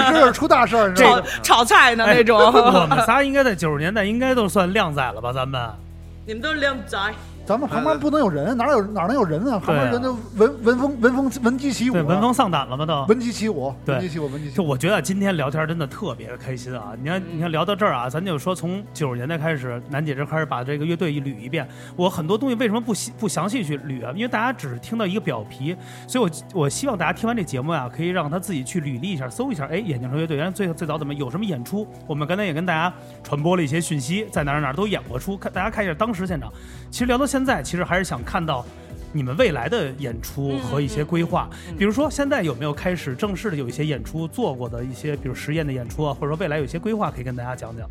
这这是出大事儿，你知道
炒
吗？
炒菜呢那种。
哎 我们仨应该在九十年代应该都算靓仔了吧？咱们
你们都是靓仔，
咱们旁边不能有人，哪有哪能有人啊？旁
对啊
边人都文文风文风文姬起舞
对
啊，
闻风丧胆了吗？都
文姬起舞，
对
文姬起舞，文姬起
就
舞。
我觉得今天聊天真的特别的开心啊！你看，你看聊到这儿啊，咱就说从九十年代开始，楠姐这开始把这个乐队一捋一遍。我很多东西为什么不细不详细去捋啊？因为大家只是听到一个表皮，所以我我希望大家听完这节目啊，可以让他自己去履历一下，搜一下，哎，眼镜蛇乐队原来最最早怎么有什么演出？我们刚才也跟大家传播了一些讯息，在哪儿哪儿都演过出，看大家看一下当时现场。其实聊到现在，其实还是想看到你们未来的演
嗯
出和一些规划，比如说现在有没有开始正式的有一些演出做过的一些，比如实验的演出啊，或者说未来有一些规划可以跟大家讲讲。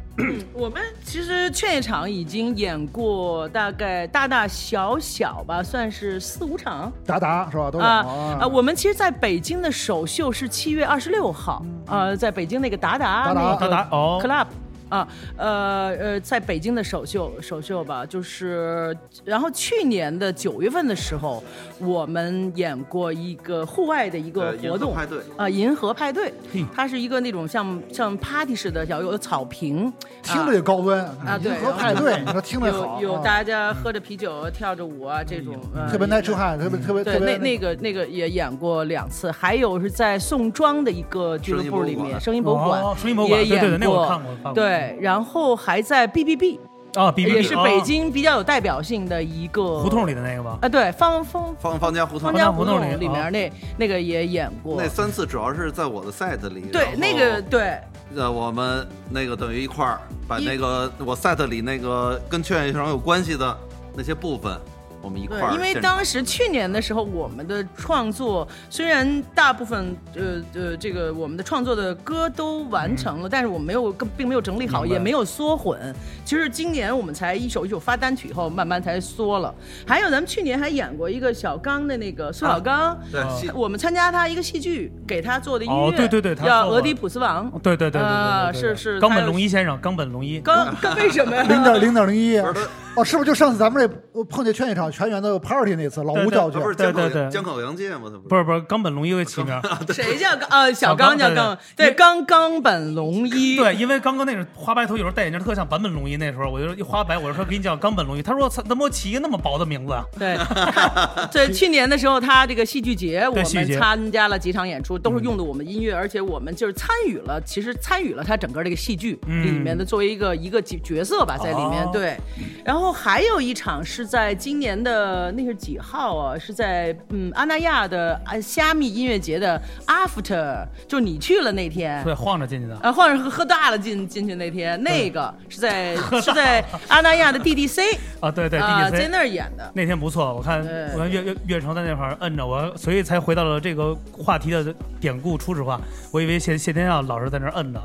我们其实劝业场已经演过大概大大小小吧，算是四五场。
达达是吧？都有
啊啊！我们其实在北京的首秀是七月二十六号，呃，在北京那个达达
达达
那
达
个
达哦
club。啊，呃呃，在北京的首秀首秀吧，就是，然后去年的九月份的时候，我们演过一个户外的一
呃
个
银
活
河
动，
派对
啊，银河派对
嘿，
它是一个那种像像 party 似的，小有草坪，
听
啊
着就高端
啊对
银河派对，你说听着好，
有有
啊嗯
大家喝着啤酒跳着舞啊，这种呃
特别 nice to have，特别特别
对，
特别
那那个那个也演过两次，还有是在宋庄的一个俱乐部里面，声音博物
哦
馆，
声音博物馆
也
对对
演
对
过，
那我看过看过
对，然后还在 B B B，
啊，B B
也是北京比较有代表性的一个
胡同里的那个吧？
啊，对，方方
方方家胡同
方
家
家
胡
胡
同
同
里
里
啊
面那那个也演过
那，三次主要是在我的 set 里，
对，
然后
那个对，
呃，我们那个等于一块儿把
一
那个我 set 里那个跟劝业场有关系的那些部分，我们一块
对
儿，
因为
现
当时去年
嗯
的时候，我们的创作虽然大部分呃呃这个我们的创作的歌都完成了，但是我没有更并没有整理好，
嗯明白
也没有缩混。其实今年我们才一首一首发单曲以后，慢慢才缩了。还有咱们去年还演过一个小刚的那个苏小刚。
对
啊
戏
我们参加他一个戏剧，给他做的音乐，
哦对对对他
叫《
做
俄
过
狄浦斯王》。
对对对对对
啊
对对对
是是
冈
他
本
有
龙一先生，冈本龙一，
刚刚为什 么呀？
零点零点零一
不是
哦，是不是就上次咱们这碰见劝业场全员的 party 那次，老
对
吴
对
叫去
他，不是
对
江
对
口
对
江口洋介吗？他不
不是不是冈本龙一为起名。
谁叫刚呃小
小
刚叫
刚
刚
对
对刚冈本龙一
对，因为刚刚那个花白头有时候戴眼镜特像坂本龙一，那时候我就一花白，我就说给你叫冈本龙一，他说操，怎么我起一个那么薄的名字啊？
对， 他对，去年的时候，他这个戏剧节，我
戏剧
们
节
参加了几场演出，都是用的我们音乐，而且我们就是参与了，其实参与了他整个这个戏剧
嗯
里面的作为一个一个角角色吧，在里面
哦
对。然后还有一场是在今年的那是几号啊？是在嗯阿那亚的啊虾米音乐节的 After，就是你去了那天。
对，晃着进去的。
啊，或者喝喝大了进进去那天，那个是在是在阿那亚的 DDC
啊， 对对，
啊，
DDC、
在那儿演的。
那天不错，我看
对
我看岳岳岳成在那块儿摁着我，所以才回到了这个话题的典故初始化。我以为谢谢天笑老师在那儿摁呢，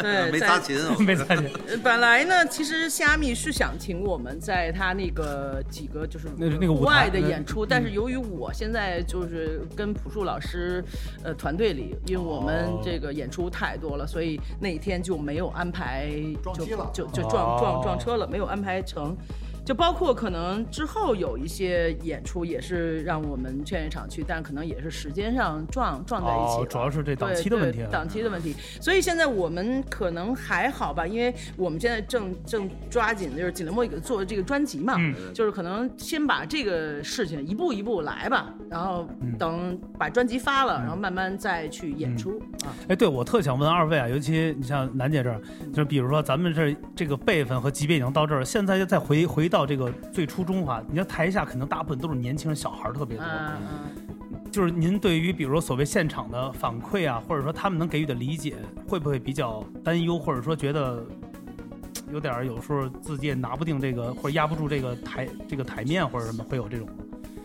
对，
没
在
砸琴啊，
没参与。
呃本来呢，其实虾米是想请我们在他那个几个就是
那那个舞
户
台呃嗯
外的演出，但是由于我现在就是跟朴树老师呃团队里，因为我们
哦
这个演出太多了，所以那一天就没有安排，
撞
就
期了
就就
哦
撞撞撞车了，没有安排成。就包括可能之后有一些演出也是让我们劝业场去，但可能也是时间上撞撞在一起了、
哦主要是这档
对
期的
对
问题啊
档期的问题。所以现在我们可能还好吧，因为我们现在正正抓紧就是紧林个做这个专辑嘛，
嗯
就是可能先把这个事情一步一步来吧，然后
嗯
等把专辑发了，然后慢慢再去演出、啊。
哎，对，我特想问二位啊，尤其你像楠姐这儿，就比如说咱们这儿这个辈分和级别已经到这儿了，现在再回回到这个最初中华，你看台下肯定大部分都是年轻人，小孩儿特别多。
嗯
就是您对于比如说所谓现场的反馈啊，或者说他们能给予的理解，会不会比较担忧，或者说觉得嘖有点儿有时候自己也拿不定这个，或者压不住这个台这个台面或者什么，会有这种？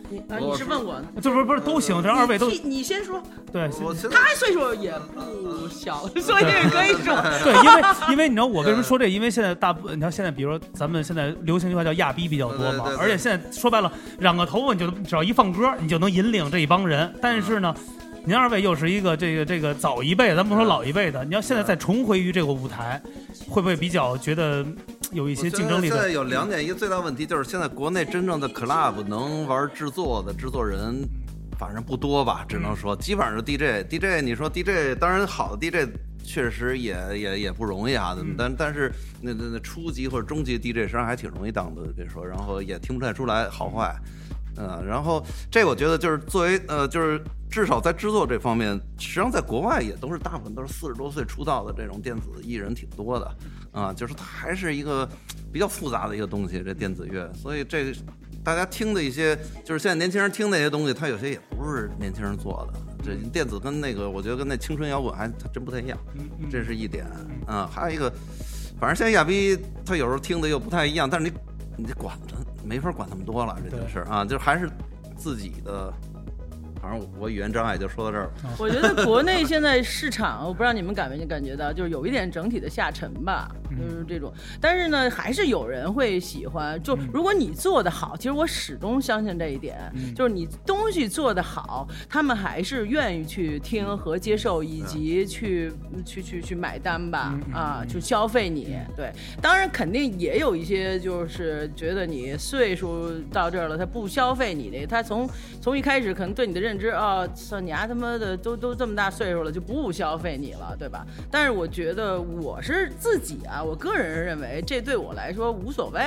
你啊，
我
你是问我？
这不是不是都行，这二位都
你你先说，
对。
我现在
他岁数也不小，所以可以说。
对，因为因为你知道我为什么说这？因为现在大部分，你看现在，比如说咱们现在流行一句话叫“亚逼”比较多
对对
嘛
对，对
而且现在说白了，染个头发你就只要一放歌，你就能引领这一帮人。但是呢，您二位又是一个这个这个早一辈，咱不说老一辈的，你要现在再重回于这个舞台，会不会比较觉得嗯有一
一
些竞争力
现在
的？
有两点，一个最大问题就是现在国内真正的 club 能玩制作的制作人，反正不多吧，只
嗯
能说基本上是 DJ。DJ 你说 DJ，当然好的 DJ 确实也也也不容易啊，
嗯
但但是那那那初级或者中级 DJ 实际上还挺容易当的，别说，然后也听不太出来好坏。嗯，然后这我觉得就是作为呃，就是至少在制作这方面，实际上在国外也都是大部分都是四十多岁出道的这种电子艺人挺多的，
嗯
啊、就是它还是一个比较复杂的一个东西，这电子乐，所以这个大家听的一些，就是现在年轻人听那些东西，它有些也不是年轻人做的。这电子跟那个，我觉得跟那青春摇滚还它真不太一样，
嗯
嗯
这是一点。嗯，还有一个，反正现在亚逼他有时候听的又不太一样，但是你你得管他，没法管那么多了，这件事儿啊，就还是自己的。反正我我语言障碍就说到这儿了。
我觉得国内现在市场，我不知道你们感没感觉到，就是有一点整体的下沉吧，就是这种。但是呢，还是有人会喜欢。就如果你做得好，其实我始终相信这一点，
嗯
就是你东西做得好，他们还是愿意去听和接受，以及去去去去买单吧，啊，去消费你。对，当然肯定也有一些就是觉得你岁数到这儿了，他不消费你的，他从从一开始可能对你的认知啊，操你丫、他妈的都都这么大岁数了，就不消费你了，对吧？但是我觉得我是自己啊，我个人认为这对我来说无所谓，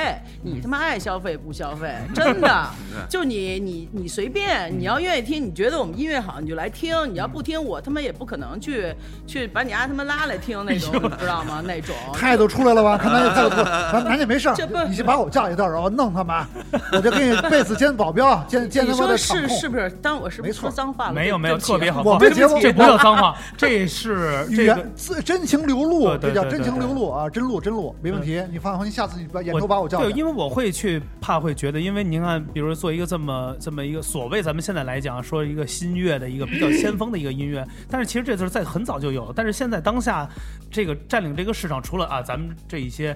你他妈爱消费不消费，
嗯
真的，就你你你随便，你要愿意听，你觉得我们音乐好你就来听，你
嗯
要不听我他妈也不可能去去把你丫、他妈拉来听 那种，
哎
你知道吗？那种。
态度出来了 吧？看南姐态度出来，南南姐没事
这不
儿，你就把我叫去，到时候弄他妈，我就给你贝斯兼保镖，兼兼
你
他妈
说
的场
是
控
是不是？当我是不
没
是
错
说脏话了？
嗯没有
对
没有，
对不起
特别
啊
好。
我们节目
这不叫脏话，这是
语
这
言
个。
自真情流露，这
对对
叫
对
真情
对
流
对
露啊，真露真露，没问题。你放心，下次你把眼
我
头把我叫
对，
去。
因为我会去怕，会觉得，因为您看，比如做一个这么这么一个所谓咱们现在来讲说一个新乐的一个比较先锋的一个音乐，但是其实这就是在很早就有，但是现在当下这个占领这个市场，除了啊咱们这一些。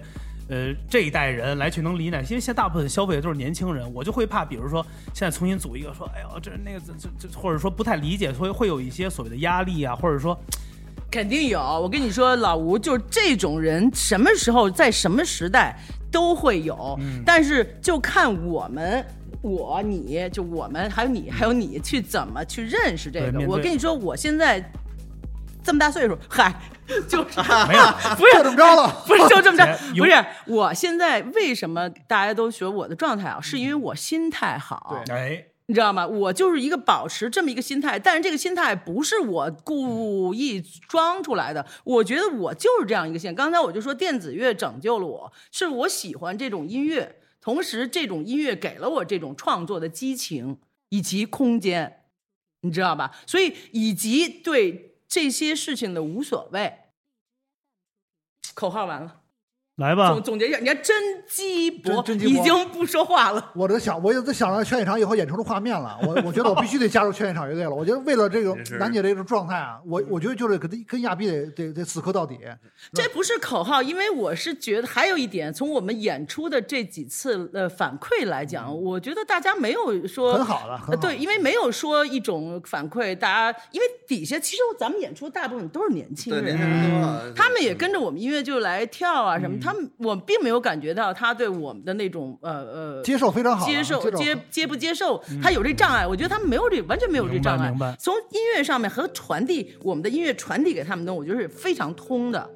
呃，这一代人来去能理解，因为现在大部分消费的都是年轻人，我就会怕，比如说现在重新组一个，说，哎呦，这那个这这，这或者说不太理解，所以会有一些所谓的压力啊，或 者说
肯定有。我跟你说，老吴就是这种人，什么时候在什么时代都会有，
嗯
但是就看我们。我、你就我们，还有你，还有你去怎么去认识这
对
个？
面对
我跟你说，我现在这么大岁数， 嗨，就是
没有，
不是
就这么着了，
不是就这么着
哎，有
不是。我现在为什么大家都觉得我的状态好，啊是因为我心态好。
对
哎，
你知道吗？我就是一个保持这么一个心态，但是这个心态不是我故意装出来的。我觉得我就是这样一个心态。刚才我就说电子乐拯救了我，是我喜欢这种音乐，同时这种音乐给了我这种创作的激情以及空间，你知道吧？所以以及对这些事情的无所谓。口号完了，
来吧
总，总结一下，你看真鸡脖，
啊真真鸡
已
脖
经不说话了。
我都想，我已经想到劝业场以后演出的画面了。我我觉得我必须得加入劝业场乐队了。我觉得为了这种
真是
楠姐这种状态啊，我我觉得就是跟跟亚碧得得得死磕到底。
这不是口号，因为我是觉得还有一点，从我们演出的这几次呃反馈来讲，我觉得大家没有说
嗯很好了很好
呃对，因为没有说一种反馈，大家因为底下其实咱们演出大部分都是年轻
对，
人
年，轻
嗯
人多嗯了，
他们也跟着我们音乐就来跳啊什么，他们我并没有感觉到他对我们的那种呃呃
接受非常好啊，
接受
接
接接不接受，
嗯
他有这障碍，我觉得他们没有这完全没有这
明白
障碍
明白。
从音乐上面和传递我们的音乐传递给他们的，我觉得是非常通的，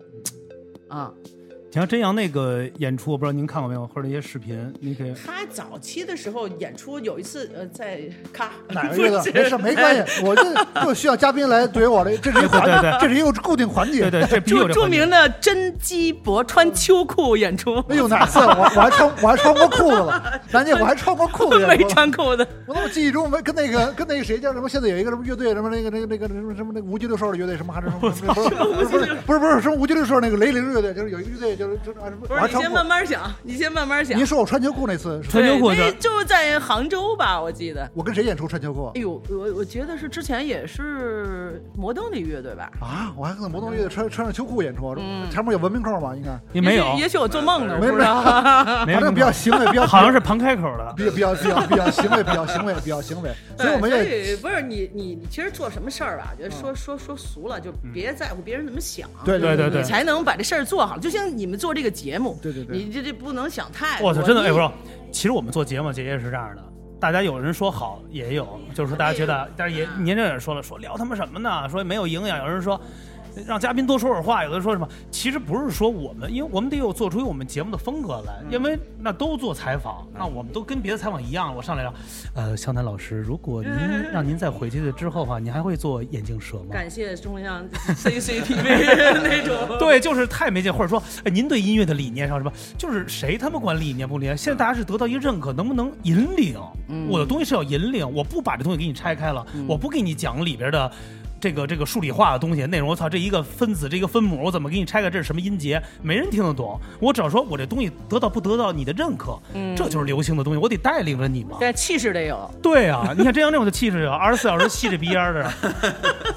啊。
你像真阳那个演出，我不知道您看过没有，或者一些视频，你可以
他早期的时候演出有一次，呃，在咔
哪个乐队没事没
哎
关系，我就就需要嘉宾来怼我的，这是一个
对对对
环，这是一个固定环节
对。对，这必须有
著
这
著
环节
名的真鸡脖穿秋裤演出，
哎呦，哪次我我还穿我还穿过裤子了，楠姐我还穿过裤子
没
演出。
穿裤子。
我怎么记忆中没跟那个跟那个谁叫什么？现在有一个什么乐队什么那个那个那个什么什么那个无鸡六兽的乐队什么还是什么？不是不是不是不是什么无鸡六兽那个雷凌乐队，就是有一个乐队就是就是啊什么？
不
我
是，
还
你
穿
先
过
慢。慢想，你先慢慢想
您。说我穿秋裤那次，是
穿秋裤
对那
就
就在杭州吧，我记得。
我跟谁演出穿秋裤啊
哎呦，我我觉得是之前也是摩登的乐队吧？
啊？我还跟摩登乐队穿穿着秋裤演出，啊
嗯
前面有文明扣吗？应该
也没有
也，许也许我做梦呢，我
没
不知道。
反
没有
正比较行为，比较
好像是旁开口的，
比比较比较比较行为，比较行为，比较行为。 所以我们
对
也
所以不是你你你，其实做什么事儿吧，觉得
嗯
说说说俗了，就别在乎别人怎么想。
对
对对
对
对
你才能把这事儿做好。就像你们做这个节目，
对对对
你这这不能想太多。
我操，真的哎，
你
不是，其实我们做节目姐姐是这样的，大家有人说好，也有就是说大家觉
哎
得，但是也
嗯
您这也说了，说聊他妈什么呢？说没有营养，有人说。让嘉宾多说会儿话，有的说什么，其实不是说我们，因为我们得有做出我们节目的风格来，因
嗯
为那都做采访，那我们都跟别的采访一样，我上来了，呃，湘南老师，如果您
嗯
让您再回去之后的话，您还会做眼镜蛇吗？
感谢中央 CCTV 那种。
对，就是太没劲，或者说，哎，您对音乐的理念上什么？就是谁他妈管理念不理念？现在大家是得到一个认可，能不能引领？我的东西是要引领，我不把这东西给你拆开了，我不给你讲里边的。这个这个数理化的东西内容，我操，这一个分子这一个分母，我怎么给你拆开这是什么音节，没人听得懂。我只要说我这东西得到不得到你的认可，这就是流行的东西，我得带领着你嘛。
但气势得有，
对啊，你看真阳这种就气质啊，二十四小时吸着鼻烟儿的，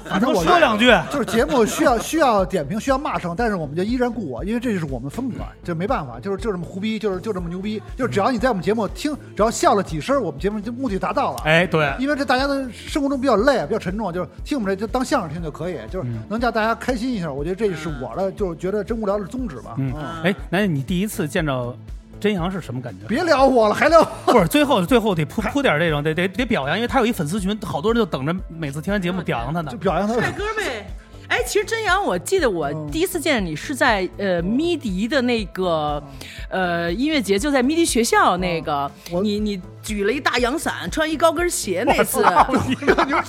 反正我
说两句
就是节目需要需要点评，需要骂声，但是我们就依然故我，因为这就是我们风格，这没办法，就是就这么胡逼，就是就这么牛逼，就是只要你在我们节目听，只要笑了几声，我们节目就目的达到了。
哎，对，
因为这大家的生活中比较累，啊比较沉重，就是听我们这就当相声听就可以，就是
嗯
能叫大家开心一下。我觉得这
嗯
是我的，就是觉得真无聊的宗旨吧。
嗯，哎，楠姐，你第一次见着真阳是什么感觉？
别聊我了，还聊
不是，最后最后得铺铺点这种，得得得表扬，因为他有一粉丝群，好多人就等着每次听完节目表扬他呢
就。表扬他
帅哥呗。哎，其实真阳，我记得我
嗯
第一次见你是在呃咪迪的那个呃音乐节，就在咪迪学校那个，
嗯我
你你举了一大阳伞，穿一高跟鞋那次，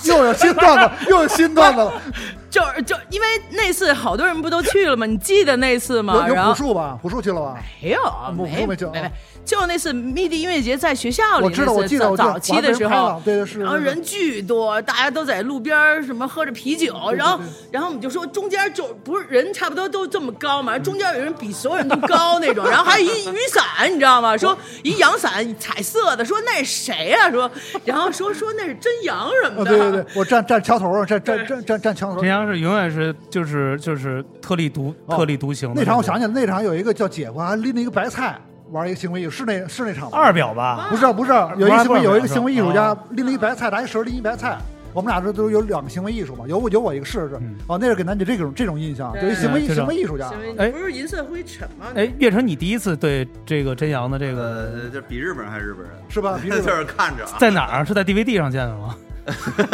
又有新段子，又有新段子了，
就就因为那次好多人不都去了吗？你记得那次吗？
有有
然
朴
后
树吧？朴树去了吧？
没有，
我
哎没
我没去啊
没没，就那次迷笛音乐节在学校里，
我知道
那次
我记得我
早
记得
早期的时
我还被人拍
候
了，对对是
然后
是是
人巨多，大家都在路边儿什么喝着啤酒，然后然后我们就说中间就不是人差不多都这么高
嗯
嘛，中间有人比所有人都 高那种，然后还有一雨伞，你知道吗？说一阳伞彩色的，说那是谁呀、说然后说说那是真阳什
啊，
么的，
对对对，我站站桥头上，站站站站站桥头
真。阳是永远是就是就是特立独
哦
特立独行的
那场我想
起
起来，那场有一个叫姐夫还拎了一个白菜玩一个行为艺术，是那是那场吗？
二表吧，
不是不是，有一
玩
个行
儿
为
不了
有一
是
个
吧
行为艺术家
哦
拎了一白菜，拿一绳儿拎一白菜。我们俩这都有两个行为艺术嘛，有我有我一个试试
嗯。
哦，那是给楠姐这种这种印象，
对
有一行为
对
行为艺术家
行。为
哎
不是银色灰尘吗？
哎，月成，你第一次对这个真阳的这个
呃，就比日本人还是日本人，
是吧比日本人
就是看着啊，
在哪儿？是在 DVD 上见的吗？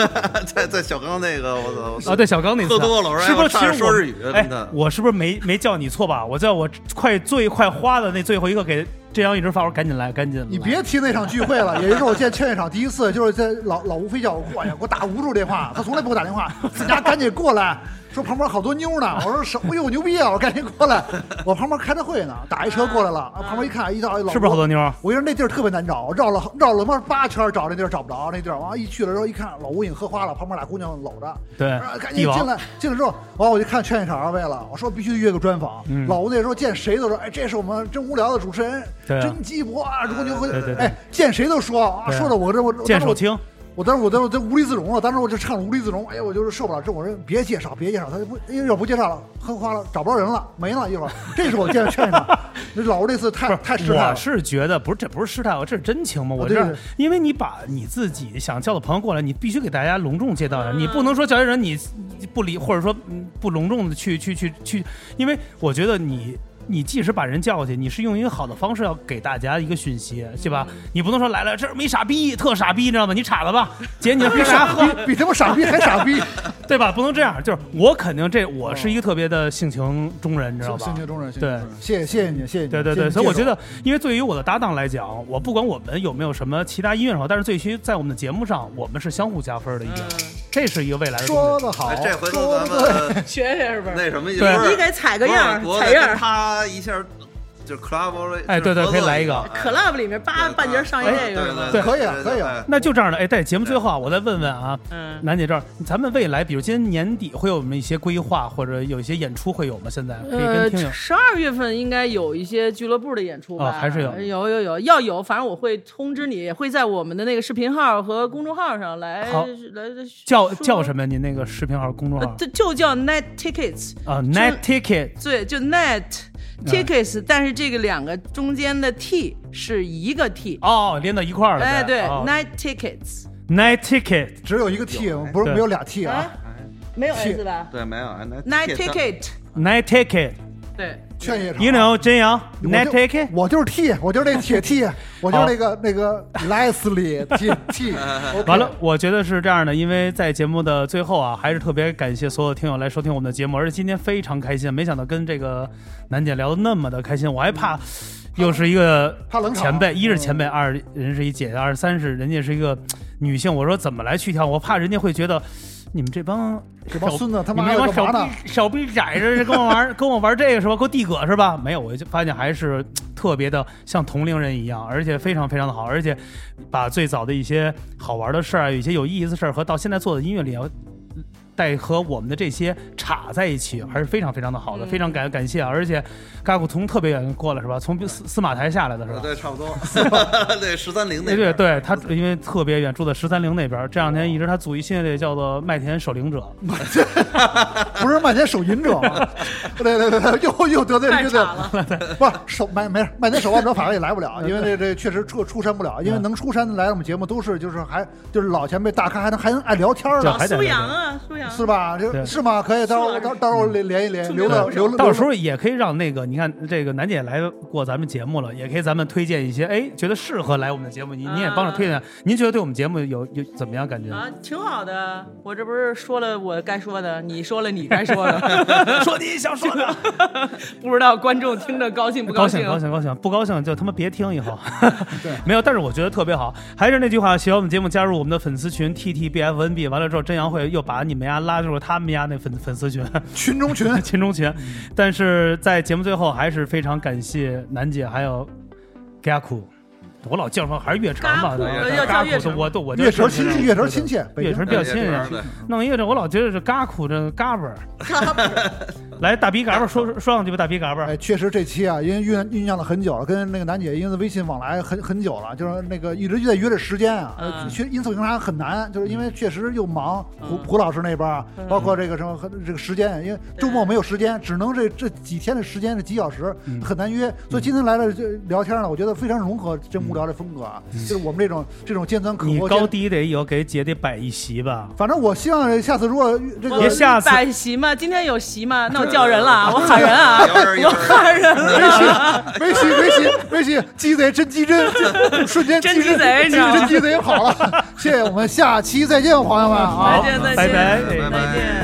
在在小刚那个，我操我操！
哦
啊，对，小刚那次
喝多了我说
是不
哎我
是？
差
其
点
实
说
我
日语
哎
真的，
我是不是没没叫你错吧？我叫我快最快花的那最后一个给真阳一直发，我说赶紧来，赶紧来。
你别提那场聚会了，也就是我见劝业场第一次，就是在老老吴非叫我过去，给我打无数电话，他从来不给我打电话，你家赶紧过来，说旁边好多妞呢，我说什么哟牛逼啊，我赶紧过来，我旁边开着会呢，打一车过来了，啊旁边一看一到老吴
是不是好多妞儿？
我跟你说那地儿特别难找，绕了绕了他妈八圈儿找那地儿找不着，那地儿完一去了之后一看老吴已经喝花了，旁边俩姑娘搂着，
对
啊赶
帝
紧
王
进来， 进来之后完我就看劝业场二位了，我说必须约个专访，
嗯
老吴那时候见谁都说，哎这是我们真无聊的主持人，
对啊
真鸡婆啊，如果牛喝
对对，对
哎见谁都说啊，
对啊
说的我这我我当
见
时
手
我
青，
我当时我当时我真无地自容了，当时我就唱无地自容，哎呀，我就是受不了这种人，别介绍，别介绍，他就不因为要不介绍了，喝花了，找不着人了，没了一会儿，这是我见劝场，那老吴这次太太失态
我
了。
是觉得不是，这不是失态，我这是真情嘛。我
啊
这
对
样
对，
因为你把你自己想叫的朋友过来，你必须给大家隆重介绍
啊
一下，你不能说叫一人你你不理，或者说嗯不隆重的去去去去，因为我觉得你。你即使把人叫过去，你是用一个好的方式要给大家一个讯息，对吧？
嗯
你不能说来了这儿没傻逼，特傻逼，你知道吗？你岔了吧， 姐，你要跟啥喝？
比他妈傻逼还傻逼，
对吧？不能这样，就是我肯定这我是一个特别的性情中人，你知道吧？
啊性情中人，性情
对
中人谢谢谢谢你，谢谢你，
对对
谢谢
对，
你
所以我
介
觉
绍
得，因为对于我的搭档来讲，我不管我们有没有什么其他音乐上，但是最须在我们的节目上，我们是相互加分的，一定，
嗯
这是一个未来的东西
说的好
哎，，这回头
说
咱
得对
们
学学是不是？
那什么，
对
不是
你给踩个样
不是
儿，踩样
我得
儿
跟。他一下就是 collab，
哎对对
就是合作
可以来一个
哎
club 里面叭半截上一
对哎
这
对对
个，
对
可以啊
对
可以啊
对
那就这样的，哎，在节目最后啊，我再问问啊，
嗯，
楠姐这儿，咱们未来，比如今年年底会有我们一些规划，或者有一些演出会有吗？现在可以跟听友
呃，十二月份应该有一些俱乐部的演出吧？
哦还是有
有有有要有，反正我会通知你，也会在我们的那个视频号和公众号上来
好
来
叫叫什
么？
么呀？您那个视频号、公众号
呃，就就叫 Net Tickets，
啊，Night Ticket，
对，就 Net
嗯
Tickets，但是这个两个中间的 T 是一个 T，
哦，连到一块儿了，
哎，对
哦
，Night Tickets，
Night Ticket，
只有一个 T，不是
哎
对
没有俩 T 啊。
没有
T-
S 吧
对，没有哎那
？Night
这
Ticket，
Night Ticket，
对，
劝业场
you know，真阳
我
，Night
就
Ticket，
我就是 T，我就是那铁 T，我就是那个那个 Leslie T T。
完了，，我觉得是这样的，因为在节目的最后啊，还是特别感谢所有听友来收听我们的节目，而且今天非常开心，没想到跟这个楠姐聊的那么的开心，我还怕又是 一个
怕冷场
前辈，一是
嗯
前辈，二人是一姐姐，二三是人家是一个女性，我说怎么来去挑，我怕人家会觉得你们这帮
这帮
小
孙子他
你
妈
们
的
这帮
干嘛
小
呢？
逼小逼崽子是跟我玩跟我玩这个是吧？给我递葛是吧？没有，我就发现还是特别的像同龄人一样，而且非常非常的好，而且啊把最早的一些好玩的事儿、有一些有意思的事儿和到现在做的音乐里要啊带和我们的这些插在一起，还是非常非常的好的，非常感感谢啊！而且嘎古从特别远过来是吧？从司司马台下来的是吧？
对，差不多， 对十三陵那
对对
边，
对，他因为特别远，住在十三陵那边儿。这两天一直他组一系列叫做麦田守灵者，
不是麦田守银者 吗？对对对对，又又得罪人，
太
对
傻了，
对， 不是守麦没事，麦田守望者反正也来不了，因为这这确实出出山不了，因
嗯
为能出山的来我们节目都是就是还就是老前辈大咖，还能还能爱聊天儿
对
呢，
还得
苏阳啊，苏阳
是吧？这
对
是吗？可以，到时候
是啊
到到时候联一联，
嗯
留到
对
留
到
留
时候也可以让那个你看这个楠姐来过咱们节目了，也可以咱们推荐一些哎觉得适合来我们的节目，你你也帮着推荐。您觉得对我们节目有有怎么样感觉？
啊，挺好的。我这不是说了我该说的，你说了你该说的，
说你想说的，
不知道观众听着高兴不
高
兴？
高兴高兴，不高兴就他妈别听以后。没有，但是我觉得特别好。还是那句话，喜欢我们节目，加入我们的粉丝群 T T B F N B。完了之后，真阳会又把你们呀拉入了他们家那粉粉丝群。
群中 群，
群中
嗯
群，但是在节目最后还是非常感谢楠姐还有 Gaku，我老叫什么还是月城吧，
Gaku，
对吧
呃要叫
Gaku，
月城
我都我就
月神亲戚，月神亲戚，北
月
京
城比
的
较亲人，
对，
弄一个这我老觉得是 Gaku 这嘎 巴儿，来大鼻嘎巴儿说说两句吧，大鼻嘎巴儿，
哎，确实这期啊，因为酝酝酿了很久了，跟那个楠姐因为微信往来很很久了，就是那个一直就在约这时间啊。
嗯
呃确、因此平常很难，就是
嗯
因为确实又忙，胡
嗯
胡老师那边儿，啊包括这个什么和这个时间，因为周末没有时间，只能这这几天的时间这几小时
嗯嗯
很难约，所以今天来了这聊天呢，我觉得非常融合真无聊的风格啊，就是我们这种这种尖酸刻
你
薄。
高
尖
低得有给姐得摆一席吧。
反正我希望下次如果这个
我
别下次
摆席嘛，今天有席嘛，那我叫人了啊，我喊人 啊，
有人有
我
人
喊人了。
微信微信微信，鸡贼真鸡真，瞬间
真
鸡
鸡贼你知道吗
真鸡贼跑了。谢谢，我们下期再见，朋友们啊！
再见再见
拜
拜拜
拜
再见。